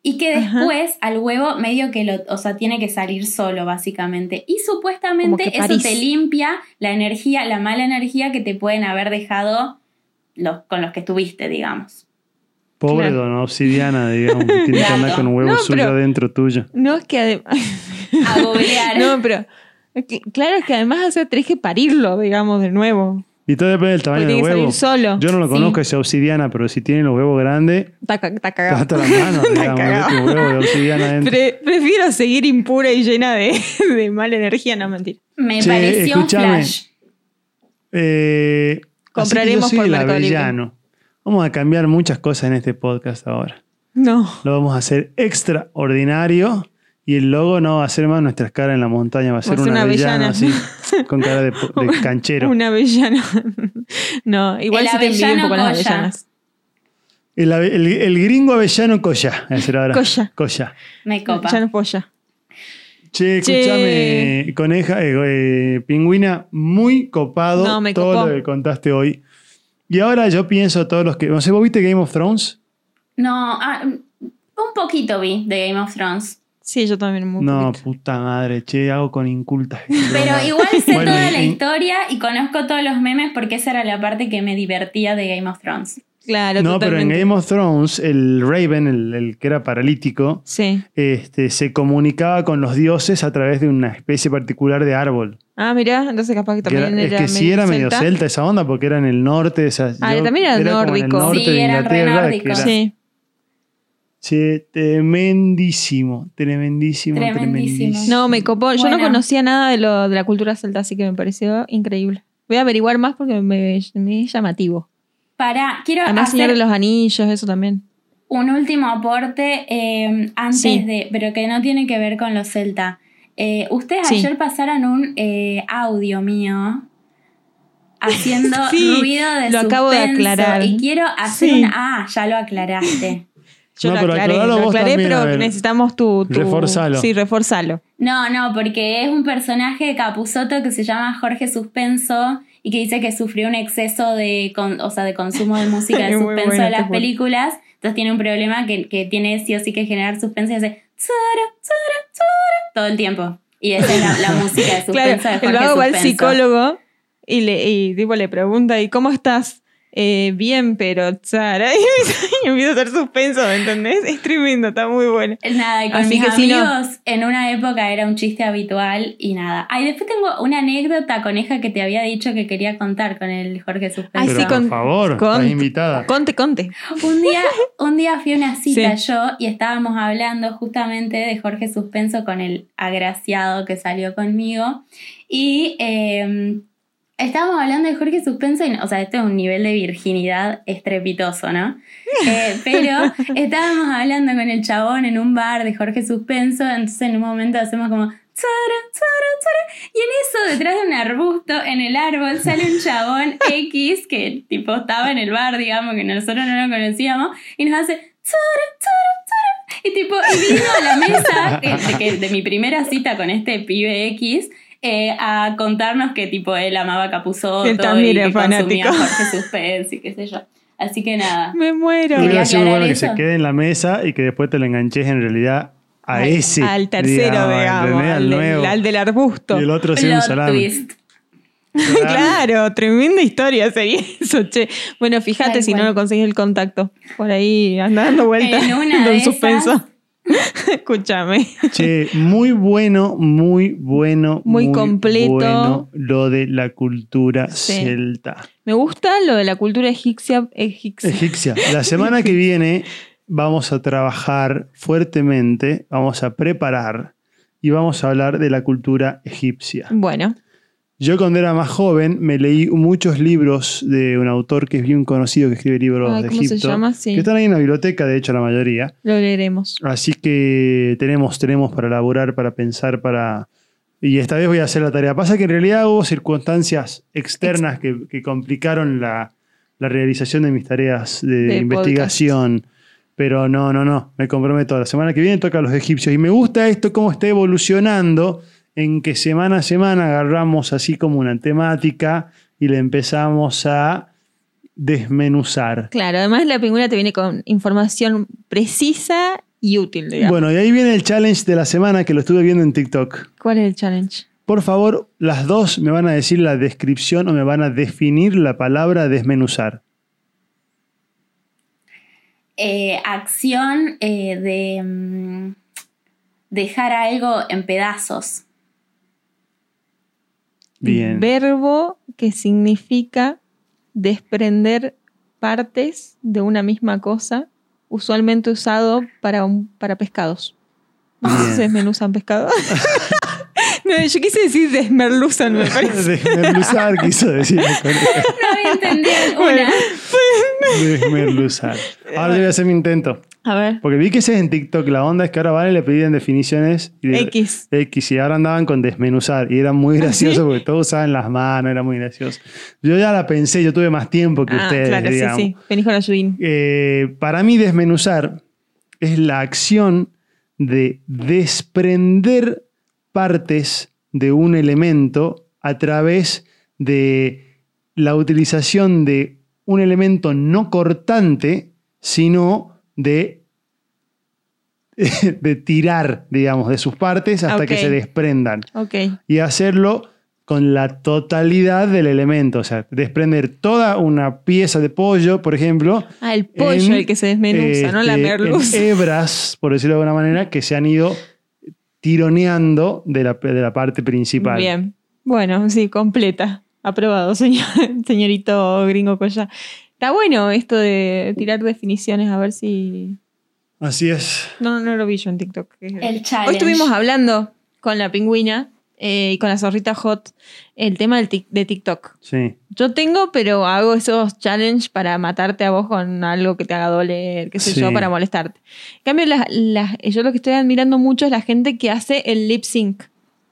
Speaker 9: y que
Speaker 7: Ajá.
Speaker 9: después al huevo medio que lo, o sea, tiene que salir solo, básicamente. Y supuestamente
Speaker 7: Como que
Speaker 9: eso
Speaker 7: París.
Speaker 9: te limpia la energía, la mala energía que te pueden haber dejado los, con los que estuviste, digamos.
Speaker 1: Pobre
Speaker 7: Claro.
Speaker 1: dona obsidiana, digamos, que tiene que andar con un huevo
Speaker 7: No,
Speaker 1: suyo
Speaker 7: pero-
Speaker 1: adentro tuyo.
Speaker 7: No, es que además.
Speaker 9: A googlear.
Speaker 7: no, pero. cl- Claro, es que además o sea, tenés que parirlo, digamos, de nuevo.
Speaker 1: Y todo depende del
Speaker 7: Porque
Speaker 1: tamaño del
Speaker 7: tiene que
Speaker 1: huevo.
Speaker 7: salir solo.
Speaker 1: Yo no lo
Speaker 9: Sí.
Speaker 1: conozco ese obsidiana, pero si tiene los huevos grandes,
Speaker 7: Está, ca- está cagado.
Speaker 1: hasta las manos,
Speaker 7: Está
Speaker 1: digamos,
Speaker 7: cagado.
Speaker 1: mete un huevo de obsidiana adentro.
Speaker 7: Pre- prefiero seguir impura y llena de, de mala energía, no mentira.
Speaker 9: Me
Speaker 1: Che,
Speaker 9: pareció un
Speaker 1: escúchame.
Speaker 9: flash.
Speaker 1: Eh, así que yo
Speaker 7: Compraremos
Speaker 1: soy
Speaker 7: por
Speaker 1: el
Speaker 7: Mercado Libre.
Speaker 1: avellano. Vamos a cambiar muchas cosas en este podcast ahora.
Speaker 7: No.
Speaker 1: Lo vamos a hacer extraordinario y el logo no va a ser más nuestras caras en la montaña, va a ser
Speaker 7: ser
Speaker 1: un
Speaker 7: una
Speaker 1: avellano
Speaker 7: avellana.
Speaker 1: así, con cara de, po- de canchero.
Speaker 7: Una avellana. no, igual
Speaker 9: El
Speaker 7: se te envidia un
Speaker 9: avellano
Speaker 7: poco las
Speaker 9: Goya.
Speaker 7: avellanas.
Speaker 1: El, ave- el- el gringo avellano Coya. va a ser ahora.
Speaker 7: Colla.
Speaker 1: Colla.
Speaker 9: Me copa.
Speaker 7: Avellano polla.
Speaker 1: Che,
Speaker 7: Che.
Speaker 1: escúchame, coneja, eh, eh, pingüina, muy copado
Speaker 7: No, me
Speaker 1: todo
Speaker 7: copó.
Speaker 1: lo que contaste hoy. Y ahora yo pienso todos los que. No sé, ¿vos viste Game of Thrones?
Speaker 9: No, ah, un poquito vi de Game of Thrones.
Speaker 7: Sí, yo también muy
Speaker 1: no,
Speaker 7: poquito.
Speaker 1: puta madre, che, hago con incultas.
Speaker 9: Pero igual sé
Speaker 1: Bueno,
Speaker 9: toda
Speaker 1: y-
Speaker 9: la historia y conozco todos los memes porque esa era la parte que me divertía de Game of Thrones.
Speaker 7: Claro,
Speaker 1: No, pero en
Speaker 7: totalmente.
Speaker 1: Game of Thrones, el Raven, el, el que era paralítico,
Speaker 7: Sí.
Speaker 1: este, se comunicaba con los dioses a través de una especie particular de árbol.
Speaker 7: Ah, mirá, entonces capaz que
Speaker 1: Que era-
Speaker 7: también era,
Speaker 1: es que sí era medio celta esa onda porque era en el norte. o sea,
Speaker 7: Ah,
Speaker 1: yo-
Speaker 7: también era
Speaker 1: como en el
Speaker 7: nórdico.
Speaker 1: norte
Speaker 9: Sí,
Speaker 1: de
Speaker 9: eran re
Speaker 1: Inglaterra, que
Speaker 9: nórdicos.
Speaker 1: era-
Speaker 7: Sí.
Speaker 1: Che, tremendísimo, tremendísimo,
Speaker 9: Tremendísimo.
Speaker 1: tremendísimo.
Speaker 7: No, me copó. Yo no
Speaker 9: Bueno.
Speaker 7: conocía nada de, lo, de la cultura celta, así que me pareció increíble. Voy a averiguar más porque me, me es llamativo.
Speaker 9: Para, quiero
Speaker 7: Además, Señor
Speaker 9: hacer
Speaker 7: de los Anillos, eso también.
Speaker 9: un último aporte eh, antes
Speaker 7: Sí.
Speaker 9: de, pero que no tiene que ver con los celta. Eh, ustedes
Speaker 7: Sí.
Speaker 9: ayer pasaron un eh, audio mío haciendo
Speaker 7: Sí,
Speaker 9: ruido de
Speaker 7: lo acabo de
Speaker 9: suspenso
Speaker 7: aclarar.
Speaker 9: Y quiero hacer
Speaker 7: Sí.
Speaker 9: un... Ah, ya lo aclaraste.
Speaker 7: Yo
Speaker 1: No,
Speaker 7: lo
Speaker 1: pero
Speaker 7: aclaré,
Speaker 1: aclaralo
Speaker 7: lo
Speaker 1: vos
Speaker 7: aclaré,
Speaker 1: también, a
Speaker 7: pero
Speaker 1: ver.
Speaker 7: necesitamos tu, tu-
Speaker 1: Reforzalo.
Speaker 7: Sí, reforzalo.
Speaker 9: No, no, porque es un personaje de Capuzoto que se llama Jorge Suspenso y que dice que sufrió un exceso de, con- o sea, de consumo de música de
Speaker 7: Es muy
Speaker 9: suspenso
Speaker 7: bueno, este
Speaker 9: de
Speaker 7: te
Speaker 9: las
Speaker 7: juro.
Speaker 9: películas. Entonces tiene un problema que, que tiene sí o sí que generar suspenso y hace tsara, tsara, tsara, todo el tiempo. Y esa es la, la música de suspenso
Speaker 7: Claro,
Speaker 9: de Jorge
Speaker 7: el vago va al
Speaker 9: Suspenso.
Speaker 7: psicólogo y le, y, tipo, le pregunta, ¿y cómo estás? "Eh, bien, pero Sara. Y empieza a hacer suspenso, ¿me entendés? Es tremendo, está muy bueno.
Speaker 9: Nada, y con
Speaker 7: Así
Speaker 9: mis
Speaker 7: que si no-
Speaker 9: amigos en una época era un chiste habitual y nada. Ay, después tengo una anécdota coneja que te había dicho que quería contar con el Jorge Suspenso.
Speaker 7: Ay,
Speaker 1: Pero
Speaker 7: sí, con-
Speaker 1: por favor,
Speaker 7: con-
Speaker 1: estás invitada.
Speaker 7: Conte, conte.
Speaker 9: Un día, un día fui a una cita yo y estábamos hablando justamente de Jorge Suspenso con el agraciado que salió conmigo. Y eh, estábamos hablando de Jorge Suspenso, y, o sea, esto es un nivel de virginidad estrepitoso, ¿no? Eh, pero estábamos hablando con el chabón en un bar de Jorge Suspenso, entonces en un momento hacemos como... "Tsara, tsara, tsara", Y en eso, detrás de un arbusto, en el árbol, sale un chabón X que tipo estaba en el bar, digamos, que nosotros no lo conocíamos, y nos hace... "Tsara, tsara, tsara", Y tipo, y vino a la mesa que- de, que- de mi primera cita con este pibe X eh, a contarnos que tipo él amaba Capuzoto
Speaker 7: Él también
Speaker 9: y que
Speaker 7: era
Speaker 9: consumía
Speaker 7: fanático.
Speaker 9: Jorge Suspenso y qué sé yo. Así que nada.
Speaker 7: Me muero.
Speaker 9: Quería
Speaker 1: Hubiera sido
Speaker 9: aclarar
Speaker 1: bueno que
Speaker 9: eso.
Speaker 1: se quede en la mesa y que después te lo enganches en realidad a
Speaker 7: Al-
Speaker 1: ese.
Speaker 7: Al tercero, digamos.
Speaker 1: ¿entendés?
Speaker 7: al,
Speaker 1: Al
Speaker 7: del-
Speaker 1: nuevo.
Speaker 7: al del arbusto.
Speaker 1: y el otro siendo un
Speaker 9: Plot
Speaker 1: salame.
Speaker 9: twist.
Speaker 7: claro, tremenda historia sería eso, che. Bueno, fíjate
Speaker 9: Tal
Speaker 7: si no
Speaker 9: cual.
Speaker 7: lo conseguís el contacto. Por ahí anda dando vueltas.
Speaker 9: En una
Speaker 7: con
Speaker 9: de esas.
Speaker 7: suspenso. Escúchame.
Speaker 1: Che, muy bueno, muy bueno.
Speaker 7: Muy completo.
Speaker 1: bueno lo de la cultura
Speaker 7: Sí.
Speaker 1: celta.
Speaker 7: Me gusta lo de la cultura egipcia. egipcia.
Speaker 1: Egipcia. La semana que viene vamos a trabajar fuertemente, vamos a preparar y vamos a hablar de la cultura egipcia.
Speaker 7: Bueno,
Speaker 1: Yo cuando era más joven me leí muchos libros de un autor que es bien conocido que escribe libros
Speaker 7: Ay,
Speaker 1: de
Speaker 7: ¿cómo se
Speaker 1: Egipto.
Speaker 7: llama? Sí.
Speaker 1: Que están ahí en la biblioteca, de hecho, la mayoría.
Speaker 7: lo leeremos.
Speaker 1: Así que tenemos, tenemos para elaborar, para pensar, para... Y esta vez voy a hacer la tarea. Pasa que en realidad hubo circunstancias externas que, que complicaron la, la realización de mis tareas de,
Speaker 7: Del
Speaker 1: investigación. Pero no, no, no, me comprometo. La semana que viene toca a los egipcios. Y me gusta esto, cómo está evolucionando, en que semana a semana agarramos así como una temática y le empezamos a desmenuzar.
Speaker 7: Claro, además la pingüina te viene con información precisa y útil, digamos.
Speaker 1: Bueno, y ahí viene el challenge de la semana que lo estuve viendo en TikTok.
Speaker 7: ¿Cuál es el challenge?
Speaker 1: Por favor, las dos me van a decir la descripción o me van a definir la palabra desmenuzar.
Speaker 9: Eh, acción eh, de mm, dejar algo en pedazos.
Speaker 1: Bien.
Speaker 7: Verbo que significa desprender partes de una misma cosa, usualmente usado para, un- para pescados. No sé si
Speaker 1: Bien.
Speaker 7: se desmenuzan pescados. no, yo quise decir desmerluzan, me parece.
Speaker 1: Desmenuzar quiso decir. con esto.
Speaker 9: No había entendido
Speaker 7: Bueno,
Speaker 9: una.
Speaker 1: Desmenuzar. Ahora yo voy a hacer mi intento.
Speaker 7: a ver.
Speaker 1: Porque vi que ese es en TikTok. La onda es que ahora vale le pedían definiciones. y de-
Speaker 7: X. ¿Ah,
Speaker 1: X. Y ahora andaban con desmenuzar. Y era muy gracioso porque todos usaban las manos. Era muy gracioso. Yo ya la pensé. Yo tuve más tiempo que
Speaker 7: Ah,
Speaker 1: ustedes.
Speaker 7: claro,
Speaker 1: digamos.
Speaker 7: sí, sí. Venís con ayudín.
Speaker 1: Eh, para mí desmenuzar es la acción de desprender partes de un elemento a través de la utilización de un elemento no cortante, sino de, de tirar, digamos, de sus partes hasta
Speaker 7: Ok.
Speaker 1: que se desprendan
Speaker 7: Ok.
Speaker 1: y hacerlo con la totalidad del elemento. O sea, desprender toda una pieza de pollo, por ejemplo.
Speaker 7: Ah, el pollo
Speaker 1: en,
Speaker 7: el que se desmenuza, no la
Speaker 1: Em, este,
Speaker 7: merluza.
Speaker 1: en hebras, por decirlo de alguna manera, que se han ido tironeando de la, de la parte principal.
Speaker 7: Bien. Bueno, sí, completa. Aprobado, señor, señorito gringo Coya. Está bueno esto de tirar definiciones, a ver si.
Speaker 1: Así es.
Speaker 7: No, no lo vi yo en TikTok.
Speaker 9: El
Speaker 7: Hoy
Speaker 9: challenge.
Speaker 7: estuvimos hablando con la pingüina eh, y con la zorrita hot el tema del tic- de TikTok.
Speaker 1: Sí.
Speaker 7: Yo tengo, pero hago esos challenges para matarte a vos con algo que te haga doler, qué sé
Speaker 1: Sí.
Speaker 7: yo, para molestarte. En cambio, las- las- yo lo que estoy admirando mucho es la gente que hace el lip sync.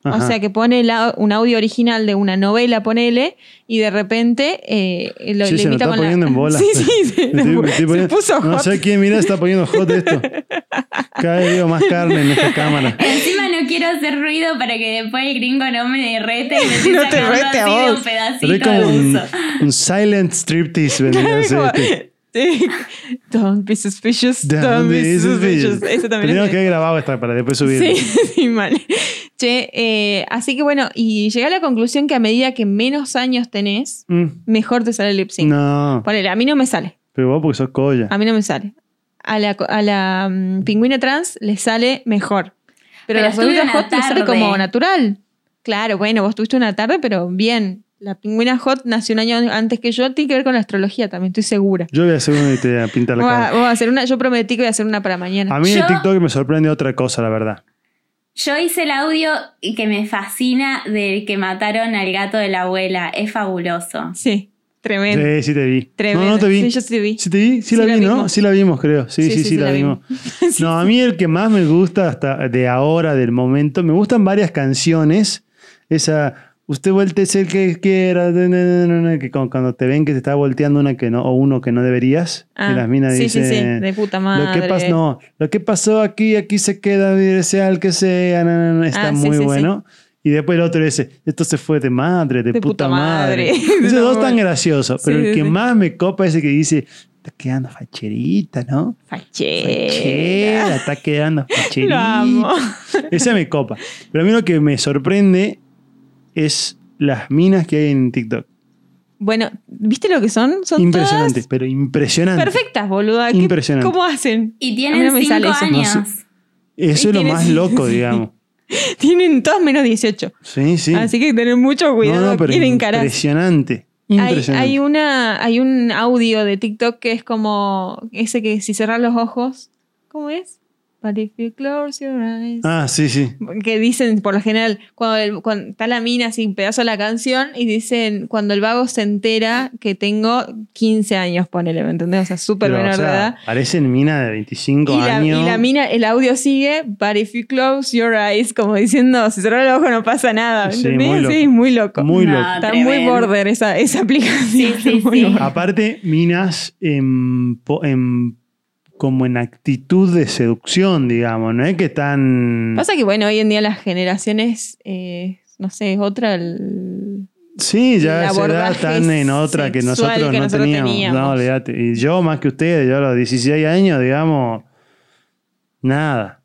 Speaker 1: Ajá.
Speaker 7: O sea que pone la- un audio original de una novela, ponele, y de repente eh, lo,
Speaker 1: Sí,
Speaker 7: le
Speaker 1: se lo
Speaker 7: imita
Speaker 1: está
Speaker 7: con
Speaker 1: poniendo
Speaker 7: la...
Speaker 1: en bola.
Speaker 7: Sí, sí, se,
Speaker 1: Me estoy- me estoy
Speaker 7: se
Speaker 1: poniendo-
Speaker 7: puso
Speaker 1: No
Speaker 7: hot.
Speaker 1: sé quién, mira, está poniendo hot esto. Cada vez veo más carne en esta cámara.
Speaker 9: Encima no quiero hacer ruido para que después el gringo no me rete y me esté
Speaker 7: No te
Speaker 9: sacando
Speaker 7: rete a
Speaker 9: así de
Speaker 7: vos.
Speaker 9: un pedacito
Speaker 1: Pero es como
Speaker 9: de
Speaker 1: un,
Speaker 9: uso.
Speaker 1: un silent striptease. vendría a ser
Speaker 7: Como-
Speaker 1: este.
Speaker 7: Sí. Don't be suspicious, don't, be suspicious. Eso también
Speaker 1: este? Tendríamos
Speaker 7: es
Speaker 1: que haber grabado esta para después subirlo.
Speaker 7: Sí, sí, mal. Che, eh, así que bueno, y llegué a la conclusión que a medida que menos años tenés,
Speaker 1: Mm,
Speaker 7: mejor te sale el lip sync.
Speaker 1: No,
Speaker 7: Ponele, a mí no me sale,
Speaker 1: pero vos porque sos colla.
Speaker 7: a mí no me sale. A la, co- a la mm, pingüina trans le sale mejor. Pero,
Speaker 9: Pero
Speaker 7: a la
Speaker 9: estuve
Speaker 7: pingüina
Speaker 9: una
Speaker 7: hot le sale
Speaker 9: tarde.
Speaker 7: como natural. Claro, bueno, vos tuviste una tarde, pero bien. La pingüina hot nació un año antes que yo, tiene que ver con la astrología también, estoy segura.
Speaker 1: Yo voy a hacer uno y te voy a pintar la
Speaker 7: Vos vas-
Speaker 1: cara.
Speaker 7: vos vas a hacer una, yo prometí que voy a hacer una para mañana.
Speaker 1: A mí en
Speaker 9: Yo-
Speaker 1: TikTok me sorprende otra cosa, la verdad.
Speaker 9: Yo hice el audio y que me fascina del que mataron al gato de la abuela. Es fabuloso.
Speaker 7: Sí, tremendo.
Speaker 1: Sí, sí te vi.
Speaker 7: Tremendo.
Speaker 1: No, no te vi.
Speaker 7: Sí, yo sí te vi.
Speaker 1: Sí te vi, sí,
Speaker 7: Sí
Speaker 1: la,
Speaker 7: la
Speaker 1: vi, ¿no?
Speaker 7: vimos.
Speaker 1: Sí la vimos, creo. Sí, sí, sí, la, vimos. No, a mí el que más me gusta hasta de ahora, del momento, me gustan varias canciones. Esa, usted vuéltese el que quiera, na, na, na, na, que con- cuando te ven que te está volteando una que no, o uno que no deberías,
Speaker 7: Ah,
Speaker 1: que las minas
Speaker 7: sí, sí,
Speaker 1: dicen.
Speaker 7: sí, de puta
Speaker 1: Lo que,
Speaker 7: madre".
Speaker 1: pas- no, lo que pasó aquí, aquí se queda, sea el que sea, na, na, na", está
Speaker 7: Ah, sí,
Speaker 1: muy
Speaker 7: sí, sí.
Speaker 1: bueno. Y después el otro dice, esto se fue de madre, de,
Speaker 7: De
Speaker 1: puta,
Speaker 7: puta
Speaker 1: madre.
Speaker 7: madre.
Speaker 1: Esos
Speaker 7: No,
Speaker 1: dos tan
Speaker 7: bueno.
Speaker 1: graciosos,
Speaker 7: Sí,
Speaker 1: pero el
Speaker 7: sí,
Speaker 1: que
Speaker 7: sí.
Speaker 1: más me copa es el que dice, está quedando facherita, ¿no?
Speaker 7: Fachera.
Speaker 1: Fachera, está quedando
Speaker 7: Lo
Speaker 1: facherita.
Speaker 7: amo.
Speaker 1: Esa me copa. Pero a mí lo que me sorprende es las minas que hay en TikTok.
Speaker 7: Bueno, ¿viste lo que son? Son
Speaker 1: Impresionante, pero
Speaker 7: todas
Speaker 1: impresionante.
Speaker 7: perfectas, boluda. ¿Qué-
Speaker 1: Impresionante.
Speaker 7: ¿Cómo hacen?
Speaker 9: Y
Speaker 7: A mí
Speaker 9: tienen
Speaker 7: no me sale
Speaker 9: cinco
Speaker 7: eso.
Speaker 1: No
Speaker 9: años.
Speaker 1: sé. Eso
Speaker 7: Y
Speaker 1: es lo
Speaker 7: tiene-
Speaker 1: más loco, digamos.
Speaker 7: Tienen todas menos 18.
Speaker 1: Sí, sí.
Speaker 7: Así que tener mucho
Speaker 1: No,
Speaker 7: cuidado.
Speaker 1: no, pero
Speaker 7: quieren encarar.
Speaker 1: impresionante.
Speaker 7: Hay,
Speaker 1: Impresionante.
Speaker 7: hay una, hay un audio de TikTok que es como ese que si cerras los ojos, ¿cómo es? But if you close your eyes.
Speaker 1: Ah, sí, sí.
Speaker 7: que dicen por lo general cuando, el- cuando está la mina así un pedazo de la canción y dicen cuando el vago se entera que tengo 15 años ponele ¿me entendés? o sea súper
Speaker 1: Pero, o
Speaker 7: menor
Speaker 1: sea,
Speaker 7: de edad
Speaker 1: Parecen minas de 25
Speaker 7: y la,
Speaker 1: años.
Speaker 7: y la mina el audio sigue but if you close your eyes como diciendo si cerró los ojos no pasa nada ¿me
Speaker 1: Sí,
Speaker 7: entendés?
Speaker 1: muy loco.
Speaker 7: Sí, muy loco
Speaker 1: Muy
Speaker 9: No,
Speaker 1: loco. Ah,
Speaker 7: está muy
Speaker 9: tremendo.
Speaker 7: border esa, esa aplicación
Speaker 9: Sí, sí,
Speaker 7: Muy
Speaker 9: sí.
Speaker 7: border.
Speaker 1: Aparte, minas en, po- en- como en actitud de seducción, digamos, no es que están...
Speaker 7: pasa que bueno hoy en día las generaciones eh, no sé es otra el-
Speaker 1: Sí, ya
Speaker 7: el
Speaker 1: se da
Speaker 7: abordaje
Speaker 1: tan en otra que
Speaker 7: sexual
Speaker 1: nosotros
Speaker 7: que
Speaker 1: no
Speaker 7: nosotros
Speaker 1: teníamos.
Speaker 7: teníamos.
Speaker 1: No, olvídate. Y yo más que ustedes, yo a los 16 años, digamos, nada.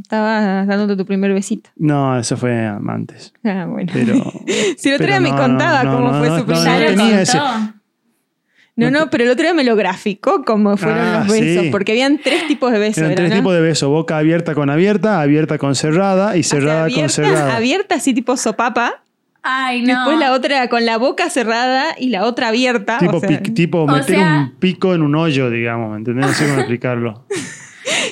Speaker 7: estabas dándote tu primer besito
Speaker 1: No, eso fue antes.
Speaker 7: ah bueno
Speaker 1: Pero...
Speaker 7: Si el otro
Speaker 1: pero
Speaker 7: día me
Speaker 1: no,
Speaker 7: contaba
Speaker 1: no,
Speaker 7: cómo
Speaker 1: no,
Speaker 7: fue
Speaker 1: no, no,
Speaker 7: su primer
Speaker 9: ya lo
Speaker 1: tenía
Speaker 7: beso.
Speaker 9: contó.
Speaker 1: ese.
Speaker 7: No, no, pero el otro día me lo graficó cómo fueron
Speaker 1: Ah,
Speaker 7: los besos,
Speaker 1: sí.
Speaker 7: porque habían tres tipos de besos.
Speaker 1: Eran
Speaker 7: era,
Speaker 1: tres
Speaker 7: ¿no?
Speaker 1: tipos de besos, boca abierta con abierta, abierta con cerrada y
Speaker 7: O sea,
Speaker 1: cerrada con
Speaker 7: abierta,
Speaker 1: cerrada.
Speaker 7: abierta así tipo sopapa,
Speaker 9: Ay,
Speaker 7: y
Speaker 9: no.
Speaker 7: después la otra con la boca cerrada y la otra abierta.
Speaker 1: Tipo,
Speaker 7: o sea,
Speaker 1: pic- tipo
Speaker 9: o
Speaker 1: meter
Speaker 9: sea-
Speaker 1: un pico en un hoyo, digamos, ¿me entendés? No sé cómo explicarlo.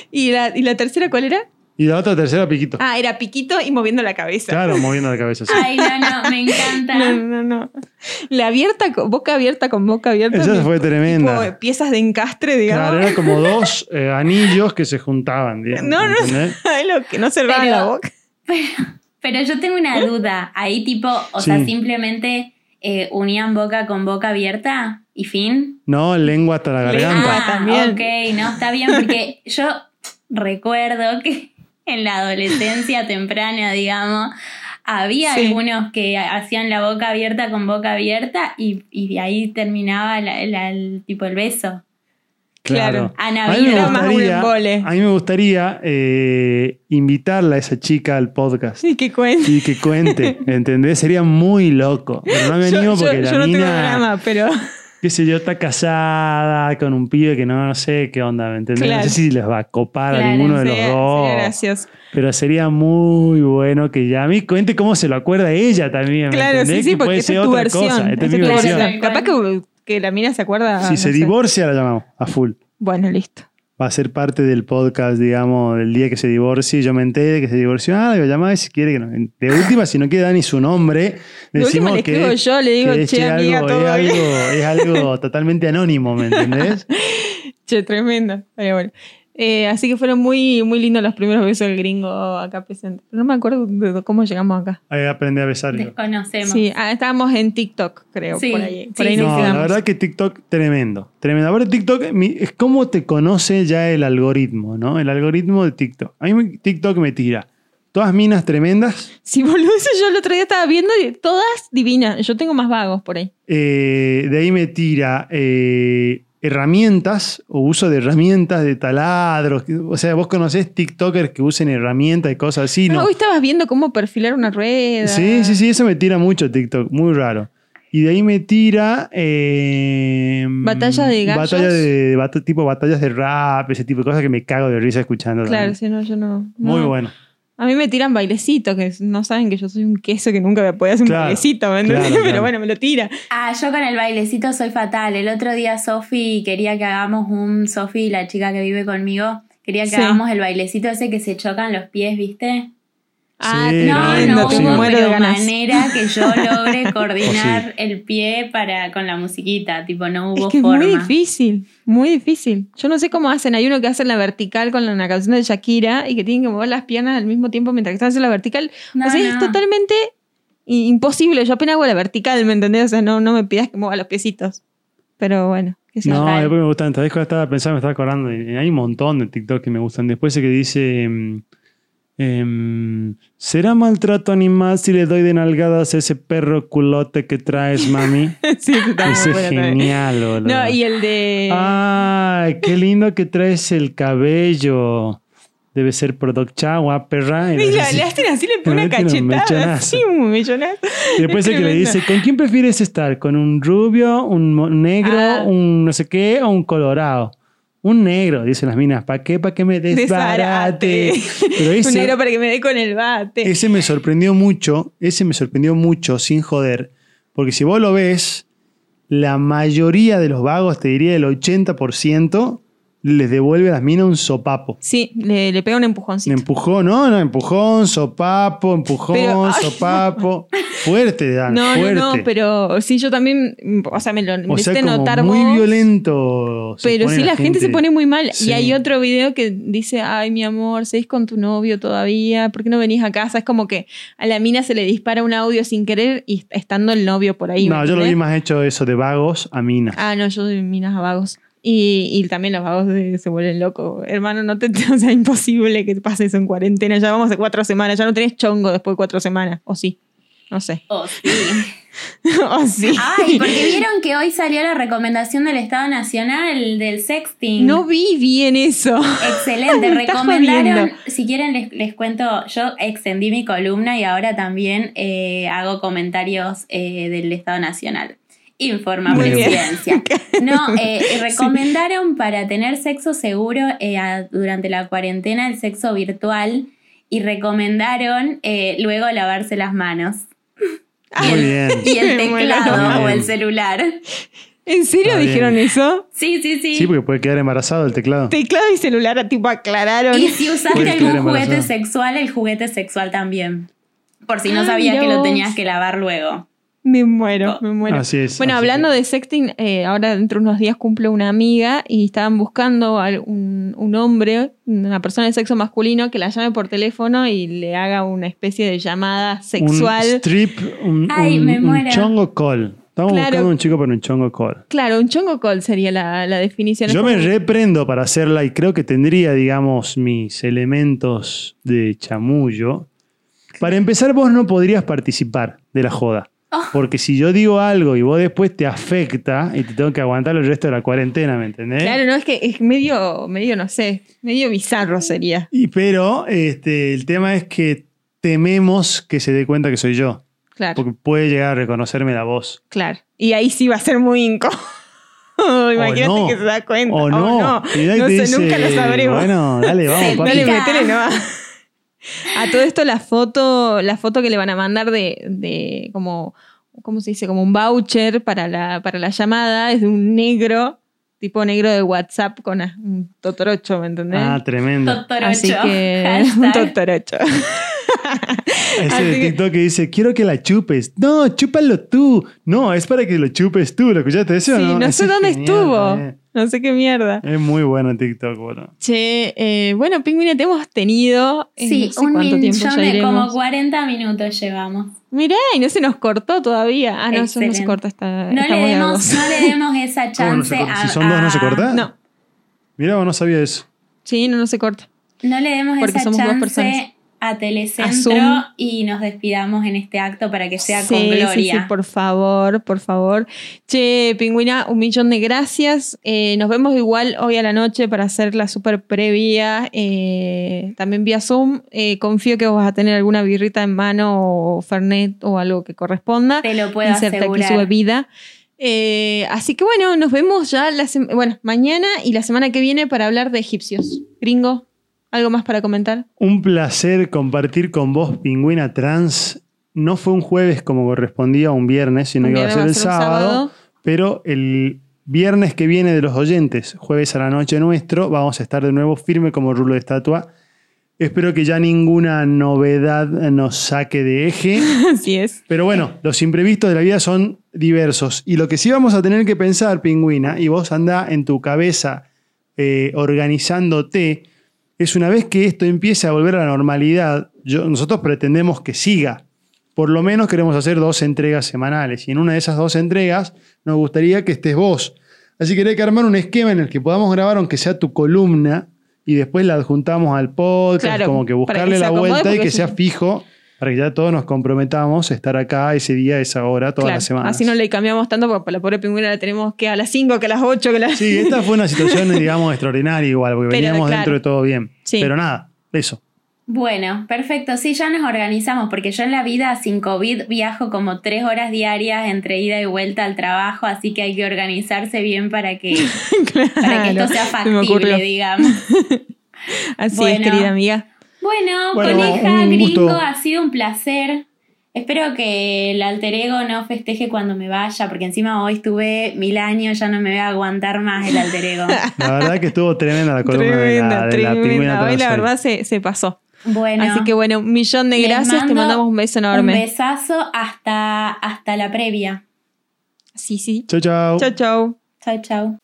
Speaker 7: y, la, ¿Y la tercera cuál era?
Speaker 1: Y la otra tercera, piquito.
Speaker 7: Ah, era piquito y moviendo la cabeza.
Speaker 1: Claro, moviendo la cabeza. sí.
Speaker 9: Ay, no, no, me encanta.
Speaker 7: No, no, no. La abierta, con- boca abierta con boca abierta.
Speaker 1: Esa
Speaker 7: mi-
Speaker 1: fue tremenda.
Speaker 7: tipo, piezas de encastre, digamos.
Speaker 1: Claro, eran como dos eh, anillos que se juntaban. digamos,
Speaker 7: No, no,
Speaker 1: ¿entendés?
Speaker 7: lo que no cerraba
Speaker 9: Pero-
Speaker 7: la boca.
Speaker 9: Pero yo tengo una duda. Ahí tipo, o
Speaker 1: Sí.
Speaker 9: sea, simplemente eh, unían boca con boca abierta y fin. Ah,
Speaker 1: No, lengua hasta la garganta.
Speaker 7: Lengua. también.
Speaker 9: Ok, no, está bien porque yo recuerdo que en la adolescencia temprana, digamos, había
Speaker 7: Sí.
Speaker 9: algunos que hacían la boca abierta con boca abierta y, y de ahí terminaba la- la- el, tipo el beso.
Speaker 7: Claro.
Speaker 9: A
Speaker 1: A mí me
Speaker 7: Era
Speaker 9: Navidad.
Speaker 7: más un
Speaker 1: gustaría,
Speaker 7: embole.
Speaker 1: a mí me gustaría eh, invitarla a esa chica al podcast.
Speaker 7: Sí, que cuenta.
Speaker 1: Y que cuente, ¿entendés? Sería muy loco. Pero no me
Speaker 7: Yo-
Speaker 1: animo
Speaker 7: yo-
Speaker 1: porque la
Speaker 7: yo no tengo
Speaker 1: mina,
Speaker 7: drama, pero.
Speaker 1: qué sé yo, está casada con un pibe que no, sé qué onda, ¿me entendés? No
Speaker 7: Claro.
Speaker 1: sé si les va a copar a
Speaker 9: Claro,
Speaker 1: ninguno de los
Speaker 7: Sería-
Speaker 1: dos.
Speaker 7: sería gracioso.
Speaker 1: Pero sería muy bueno que ya a mí cuente cómo se lo acuerda ella también. ¿me
Speaker 7: Claro,
Speaker 1: entendés?
Speaker 7: sí, sí,
Speaker 1: Que
Speaker 7: porque
Speaker 1: puede
Speaker 7: esta
Speaker 1: ser
Speaker 7: es tu
Speaker 1: otra
Speaker 7: versión.
Speaker 1: cosa. Esta es
Speaker 7: esta
Speaker 1: mi
Speaker 7: tu
Speaker 1: versión.
Speaker 7: versión. Capaz que, que la mina se acuerda.
Speaker 1: Si
Speaker 7: no
Speaker 1: se
Speaker 7: sé.
Speaker 1: divorcia, la llamamos a full.
Speaker 7: Bueno, listo.
Speaker 1: Va a ser parte del podcast, digamos, del día que se divorcie. Yo me enteré que se divorció. Ah, lo llamaba si quiere que no. De última, si no quiere dar ni su nombre,
Speaker 7: De última
Speaker 1: decimos
Speaker 7: le
Speaker 1: que.
Speaker 7: escribo yo, le digo,
Speaker 1: que es
Speaker 7: che, amiga,
Speaker 1: algo,
Speaker 7: todo
Speaker 1: es,
Speaker 7: bien.
Speaker 1: algo, es algo totalmente anónimo, ¿me entendés?
Speaker 7: Che, tremendo. Pero bueno. Eh, así que fueron muy, muy lindos los primeros besos del gringo acá presente. Pero no me acuerdo de cómo llegamos acá.
Speaker 1: Ahí aprendí a besarlo.
Speaker 9: Desconocemos.
Speaker 7: Sí, ah, estábamos en TikTok, creo.
Speaker 9: Sí,
Speaker 7: por ahí, por
Speaker 9: sí,
Speaker 7: ahí
Speaker 9: sí,
Speaker 7: nos
Speaker 1: No, la
Speaker 7: quedamos.
Speaker 1: verdad que TikTok, tremendo. Tremendo. Ahora TikTok, mi- es como te conoce ya el algoritmo, ¿no? El algoritmo de TikTok. A mí me- TikTok me tira. Todas minas tremendas.
Speaker 7: Sí, boludo, eso yo el otro día estaba viendo y todas divinas. Yo tengo más vagos por ahí.
Speaker 1: eh, de ahí me tira eh, herramientas o uso de herramientas, de taladros. O sea, vos conocés TikTokers que usen herramientas y cosas así,
Speaker 7: Ah,
Speaker 1: ¿no?
Speaker 7: hoy estabas viendo cómo perfilar una rueda.
Speaker 1: Sí, sí, sí, eso me tira mucho TikTok, muy raro. Y de ahí me tira. eh,
Speaker 7: Batalla de gallos.
Speaker 1: Batalla de, bata- tipo batallas de rap, ese tipo de cosas que me cago de risa escuchando.
Speaker 7: Claro,
Speaker 1: también.
Speaker 7: sí, no, yo no. no.
Speaker 1: Muy bueno.
Speaker 7: A mí me tiran bailecitos, que no saben que yo soy un queso que nunca me puede hacer
Speaker 1: Claro,
Speaker 7: un bailecito, ¿me entendés?
Speaker 1: claro, claro.
Speaker 7: Pero bueno, me lo tira.
Speaker 9: Ah, yo con el bailecito soy fatal. El otro día Sofi quería que hagamos un Sofi, la chica que vive conmigo, quería que
Speaker 7: Sí.
Speaker 9: hagamos el bailecito ese que se chocan los pies, ¿viste?
Speaker 7: Ah,
Speaker 1: Sí,
Speaker 9: No,
Speaker 1: tremendo,
Speaker 9: no
Speaker 1: sí.
Speaker 9: hubo
Speaker 7: muero de
Speaker 9: pero
Speaker 7: ganas. Oh,
Speaker 9: manera que yo logre coordinar
Speaker 1: O sí.
Speaker 9: el pie para con la musiquita, tipo no hubo
Speaker 7: Es que
Speaker 9: forma.
Speaker 7: es muy difícil, muy difícil. Yo no sé cómo hacen. Hay uno que hace la vertical con la, una canción de Shakira y que tienen que mover las piernas al mismo tiempo mientras que están haciendo la vertical.
Speaker 9: No,
Speaker 7: o sea, es
Speaker 9: no.
Speaker 7: totalmente i- imposible. Yo apenas hago la vertical, ¿me entendés? O sea, no, no me pidas que mueva los piecitos. Pero bueno, qué sé yo.
Speaker 1: No, eh,
Speaker 9: Total.
Speaker 1: después me gustan. Esta vez estaba pensando, me estaba acordando. y Hay un montón de TikTok que me gustan. Después el que dice. em, em, ¿Será maltrato animal si le doy de nalgadas a ese perro culote que traes, mami?
Speaker 7: sí, eso está muy
Speaker 1: Ese es
Speaker 7: bueno también.
Speaker 1: genial, boludo.
Speaker 7: No, y el de.
Speaker 1: ¡Ay, qué lindo que traes el cabello! Debe ser Product Chagua, ah, perra. Y
Speaker 7: Y
Speaker 1: no
Speaker 7: la-
Speaker 1: sé si-
Speaker 7: le hacen así, le pone una
Speaker 1: Le meten un
Speaker 7: cachetada.
Speaker 1: mechonazo.
Speaker 7: Sí, un mechonazo.
Speaker 1: Después
Speaker 7: es
Speaker 1: el que le
Speaker 7: tremendo.
Speaker 1: dice, ¿con quién prefieres estar? ¿Con un rubio, un mo- negro,
Speaker 7: Ah.
Speaker 1: un no sé qué o un colorado? Un negro, dicen las minas. ¿Para qué? ¿Para que me desbarate?
Speaker 7: Desbarate.
Speaker 1: Pero
Speaker 7: Un
Speaker 1: ese,
Speaker 7: negro para que me dé con el bate.
Speaker 1: ese me sorprendió mucho, ese me sorprendió mucho, sin joder. Porque si vos lo ves, la mayoría de los vagos, te diría el 80%, les devuelve a las minas un sopapo.
Speaker 7: Sí, le, le pega un
Speaker 1: Me
Speaker 7: empujoncito.
Speaker 1: empujó, no, no, empujón, sopapo, empujón,
Speaker 7: Pero- ay,
Speaker 1: sopapo. Fuerte, Dan,
Speaker 7: No,
Speaker 1: fuerte.
Speaker 7: no, no, pero sí, yo también, mm, o sea, me lo
Speaker 1: O
Speaker 7: me
Speaker 1: sea,
Speaker 7: hiciste
Speaker 1: como
Speaker 7: notar
Speaker 1: muy
Speaker 7: vos,
Speaker 1: violento. se
Speaker 7: Pero
Speaker 1: pone
Speaker 7: sí, la, gente se pone muy mal.
Speaker 1: Sí.
Speaker 7: Y hay otro video que dice, ay, mi amor, ¿seguís con tu novio todavía? ¿Por qué no venís a casa? Es como que a la mina se le dispara un audio sin querer y est- estando el novio por ahí.
Speaker 1: No,
Speaker 7: ¿me
Speaker 1: yo lo vi
Speaker 7: entendés?
Speaker 1: más hecho eso de vagos a minas.
Speaker 7: Ah, no, yo doy minas a vagos. Y, y también los vagos de- se vuelven locos. Hermano, no te, o sea, imposible que te pase eso en cuarentena. Ya vamos a cuatro semanas, ya no tenés chongo después de cuatro semanas. O sí, no sé.
Speaker 9: Oh, sí.
Speaker 7: o sí.
Speaker 9: Ay, porque vieron que hoy salió la recomendación del Estado Nacional del sexting.
Speaker 7: No vi bien eso.
Speaker 9: Excelente,
Speaker 7: Me estás
Speaker 9: recomendaron.
Speaker 7: jodiendo.
Speaker 9: Si quieren, les, les cuento. Yo extendí mi columna y ahora también eh, hago comentarios eh, del Estado Nacional. Informa
Speaker 7: Muy bien.
Speaker 9: Presidencia. No, eh, recomendaron para tener sexo seguro eh, a- durante la cuarentena el sexo virtual y recomendaron eh, luego lavarse las manos
Speaker 7: ah.
Speaker 1: Muy bien.
Speaker 9: y el
Speaker 7: Me muero.
Speaker 9: teclado o
Speaker 1: Bien.
Speaker 9: el celular.
Speaker 7: ¿En serio
Speaker 1: Está bien.
Speaker 7: dijeron eso?
Speaker 9: Sí, sí, sí.
Speaker 1: Sí, porque puede quedar embarazado el teclado.
Speaker 7: Teclado y celular, tipo, aclararon.
Speaker 9: Y si usaste
Speaker 1: Puedes quedar
Speaker 9: algún
Speaker 1: embarazada.
Speaker 9: juguete sexual, el juguete sexual también. Por si no
Speaker 7: Ah,
Speaker 9: sabías
Speaker 7: mirá
Speaker 9: que lo
Speaker 7: vos.
Speaker 9: tenías que lavar luego.
Speaker 7: Me muero, me muero.
Speaker 1: Así es,
Speaker 7: Bueno,
Speaker 1: así
Speaker 7: hablando
Speaker 1: que-
Speaker 7: de sexting, eh, ahora dentro de unos días cumple una amiga y estaban buscando a un, un hombre, una persona de sexo masculino, que la llame por teléfono y le haga una especie de llamada sexual.
Speaker 1: Un strip, un,
Speaker 9: Ay,
Speaker 1: un-
Speaker 9: me
Speaker 1: un
Speaker 9: muero.
Speaker 1: chongo call. Estamos
Speaker 7: Claro.
Speaker 1: buscando un chico para un chongo call.
Speaker 7: claro, un chongo call sería la, la definición. Es
Speaker 1: Yo me
Speaker 7: como-
Speaker 1: reprendo para hacerla y creo que tendría, digamos, mis elementos de chamullo. Para empezar, vos no podrías participar de la joda.
Speaker 7: Ah.
Speaker 1: Porque si yo digo algo y vos después te afecta y te tengo que aguantar el resto de la cuarentena, ¿me entendés?
Speaker 7: Claro, no, es que es medio, medio, no sé, medio bizarro sería.
Speaker 1: Y pero este, el tema es que tememos que se dé cuenta que soy yo.
Speaker 7: Claro,
Speaker 1: Porque puede llegar a reconocerme la voz.
Speaker 7: claro. Y ahí sí va a ser muy incómodo. Imagínate
Speaker 1: no.
Speaker 7: que se da cuenta.
Speaker 1: O no. Y ahí
Speaker 7: Oh, No
Speaker 1: te
Speaker 7: sé,
Speaker 1: dice,
Speaker 7: nunca lo sabremos.
Speaker 1: Bueno, dale, vamos, papi.
Speaker 7: Dale,
Speaker 9: Mirá.
Speaker 7: metele nomás. A todo esto la foto, la foto que le van a mandar de, de como, ¿cómo se dice? Como un voucher para la, para la llamada es de un negro, tipo negro de WhatsApp con a- un totorocho, ¿me entendés?
Speaker 1: Ah, tremendo.
Speaker 9: Totorocho.
Speaker 7: Así que un
Speaker 9: Hashtag.
Speaker 7: totorocho.
Speaker 1: Ese
Speaker 7: Así
Speaker 1: de
Speaker 7: que-
Speaker 1: TikTok que dice, quiero que la chupes. No, chúpalo tú. No, es para que lo chupes tú. ¿Lo escuchaste ese o
Speaker 7: Sí,
Speaker 1: no?
Speaker 7: no sé
Speaker 1: Ese es
Speaker 7: dónde
Speaker 1: genial
Speaker 7: estuvo.
Speaker 1: también.
Speaker 7: No sé qué mierda.
Speaker 1: Es muy bueno TikTok, boludo.
Speaker 7: Che, eh, bueno, Pingüina, te hemos tenido. eh,
Speaker 9: Sí,
Speaker 7: no sé
Speaker 9: un
Speaker 7: cuánto tiempo ya
Speaker 9: millón de
Speaker 7: iremos.
Speaker 9: como 40 minutos llevamos.
Speaker 7: Mirá, y no se nos cortó todavía. Ah, no, eso no se
Speaker 9: Excelente.
Speaker 7: corta esta.
Speaker 9: No
Speaker 7: esta
Speaker 9: le,
Speaker 7: buena
Speaker 9: demos,
Speaker 7: voz.
Speaker 9: no le demos esa
Speaker 1: ¿Cómo no
Speaker 9: chance
Speaker 1: se corta?
Speaker 9: a,
Speaker 1: Si son dos, ¿no se
Speaker 9: a-
Speaker 1: corta?
Speaker 7: No,
Speaker 1: Mirá, vos no sabía eso.
Speaker 7: sí, no, no se corta.
Speaker 9: No le demos
Speaker 7: Porque
Speaker 9: esa
Speaker 7: somos dos personas.
Speaker 9: chance a
Speaker 7: A
Speaker 9: Telecentro
Speaker 7: Zoom.
Speaker 9: y nos despidamos en este acto para que sea
Speaker 7: Sí,
Speaker 9: con gloria.
Speaker 7: Sí, sí, por favor, por favor. Che, Pingüina, un millón de gracias. Eh, nos vemos igual hoy a la noche para hacer la super previa, eh, también vía Zoom. Eh, confío que vos vas a tener alguna birrita en mano o Fernet o algo que corresponda.
Speaker 9: Te lo puedo
Speaker 7: Inserta aquí
Speaker 9: asegurar.
Speaker 7: su bebida. Eh, así que bueno, nos vemos ya la sem- bueno, mañana y la semana que viene para hablar de egipcios. Gringo, ¿algo más para comentar?
Speaker 1: Un placer compartir con vos, Pingüina Trans. No fue un jueves como correspondía a un viernes, sino que
Speaker 7: También
Speaker 1: va a ser
Speaker 7: va a
Speaker 1: el
Speaker 7: ser un
Speaker 1: sábado,
Speaker 7: sábado.
Speaker 1: Pero el viernes que viene de los oyentes, jueves a la noche nuestro, vamos a estar de nuevo firme como rulo de estatua. Espero que ya ninguna novedad nos saque de eje.
Speaker 7: Así es.
Speaker 1: Pero bueno, los imprevistos de la vida son diversos. Y lo que sí vamos a tener que pensar, pingüina, y vos andá en tu cabeza eh, organizándote, es una vez que esto empiece a volver a la normalidad, yo- nosotros pretendemos que siga. Por lo menos queremos hacer dos entregas semanales. Y en una de esas dos entregas nos gustaría que estés vos. Así que hay que armar un esquema en el que podamos grabar, aunque sea tu columna, y después la adjuntamos al podcast,
Speaker 7: Claro,
Speaker 1: como que
Speaker 7: para que
Speaker 1: buscarle
Speaker 7: se
Speaker 1: la
Speaker 7: acomode,
Speaker 1: vuelta y
Speaker 7: porque
Speaker 1: que
Speaker 7: es
Speaker 1: sea
Speaker 7: un-
Speaker 1: fijo para que ya todos nos comprometamos a estar acá ese día, esa hora, todas
Speaker 7: Claro,
Speaker 1: las semanas.
Speaker 7: Así no le cambiamos tanto porque la pobre pingüina la tenemos que a las 5, que a las 8, que a las...
Speaker 1: Sí, esta fue una situación, digamos, extraordinaria igual, porque
Speaker 7: Pero,
Speaker 1: veníamos
Speaker 7: claro.
Speaker 1: dentro de todo bien.
Speaker 7: Sí.
Speaker 1: Pero nada, eso.
Speaker 9: Bueno, perfecto. Sí, ya nos organizamos porque yo en la vida sin COVID viajo como tres horas diarias entre ida y vuelta al trabajo, así que hay que organizarse bien para que, para que esto sea
Speaker 7: Claro, se me ocurrió.
Speaker 9: factible, digamos.
Speaker 7: Así es,
Speaker 9: Bueno.
Speaker 7: querida amiga.
Speaker 9: Bueno,
Speaker 1: Bueno,
Speaker 9: coneja,
Speaker 1: un
Speaker 9: gringo,
Speaker 1: gusto.
Speaker 9: ha sido un placer. Espero que el alter ego no festeje cuando me vaya, porque encima hoy estuve mil años, ya no me voy a aguantar más el alter ego.
Speaker 1: La verdad que estuvo tremenda la columna de la, de
Speaker 7: Tremenda,
Speaker 1: la
Speaker 7: tremenda.
Speaker 1: pingüina
Speaker 7: Hoy la
Speaker 1: trans hoy.
Speaker 7: verdad se, se pasó.
Speaker 9: Bueno,
Speaker 7: Así que bueno, un millón de
Speaker 9: les
Speaker 7: gracias. Te
Speaker 9: mando
Speaker 7: mandamos un beso
Speaker 9: Un
Speaker 7: enorme.
Speaker 9: besazo hasta, hasta la previa.
Speaker 7: Sí, sí.
Speaker 1: Chau, chau.
Speaker 7: Chau, chau.
Speaker 9: Chau, chau.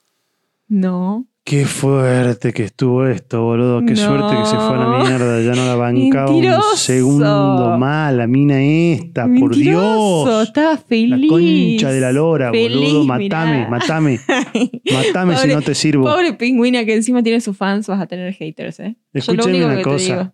Speaker 7: No.
Speaker 1: Qué fuerte que estuvo esto, boludo. Qué
Speaker 7: No.
Speaker 1: suerte que se fue a la mierda. Ya no la bancaba
Speaker 7: Mentiroso.
Speaker 1: un segundo más. La mina esta,
Speaker 7: Mentiroso,
Speaker 1: por Dios.
Speaker 7: Estaba
Speaker 1: La
Speaker 7: feliz.
Speaker 1: concha de la lora, boludo.
Speaker 7: Feliz,
Speaker 1: Matame,
Speaker 7: mirá.
Speaker 1: matame. Matame si
Speaker 7: Pobre-
Speaker 1: no te sirvo.
Speaker 7: Pobre pingüina que encima tiene sus fans, vas a tener haters, ¿eh? Yo lo
Speaker 1: Escúchame
Speaker 7: único
Speaker 1: una
Speaker 7: que
Speaker 1: cosa.
Speaker 7: te digo.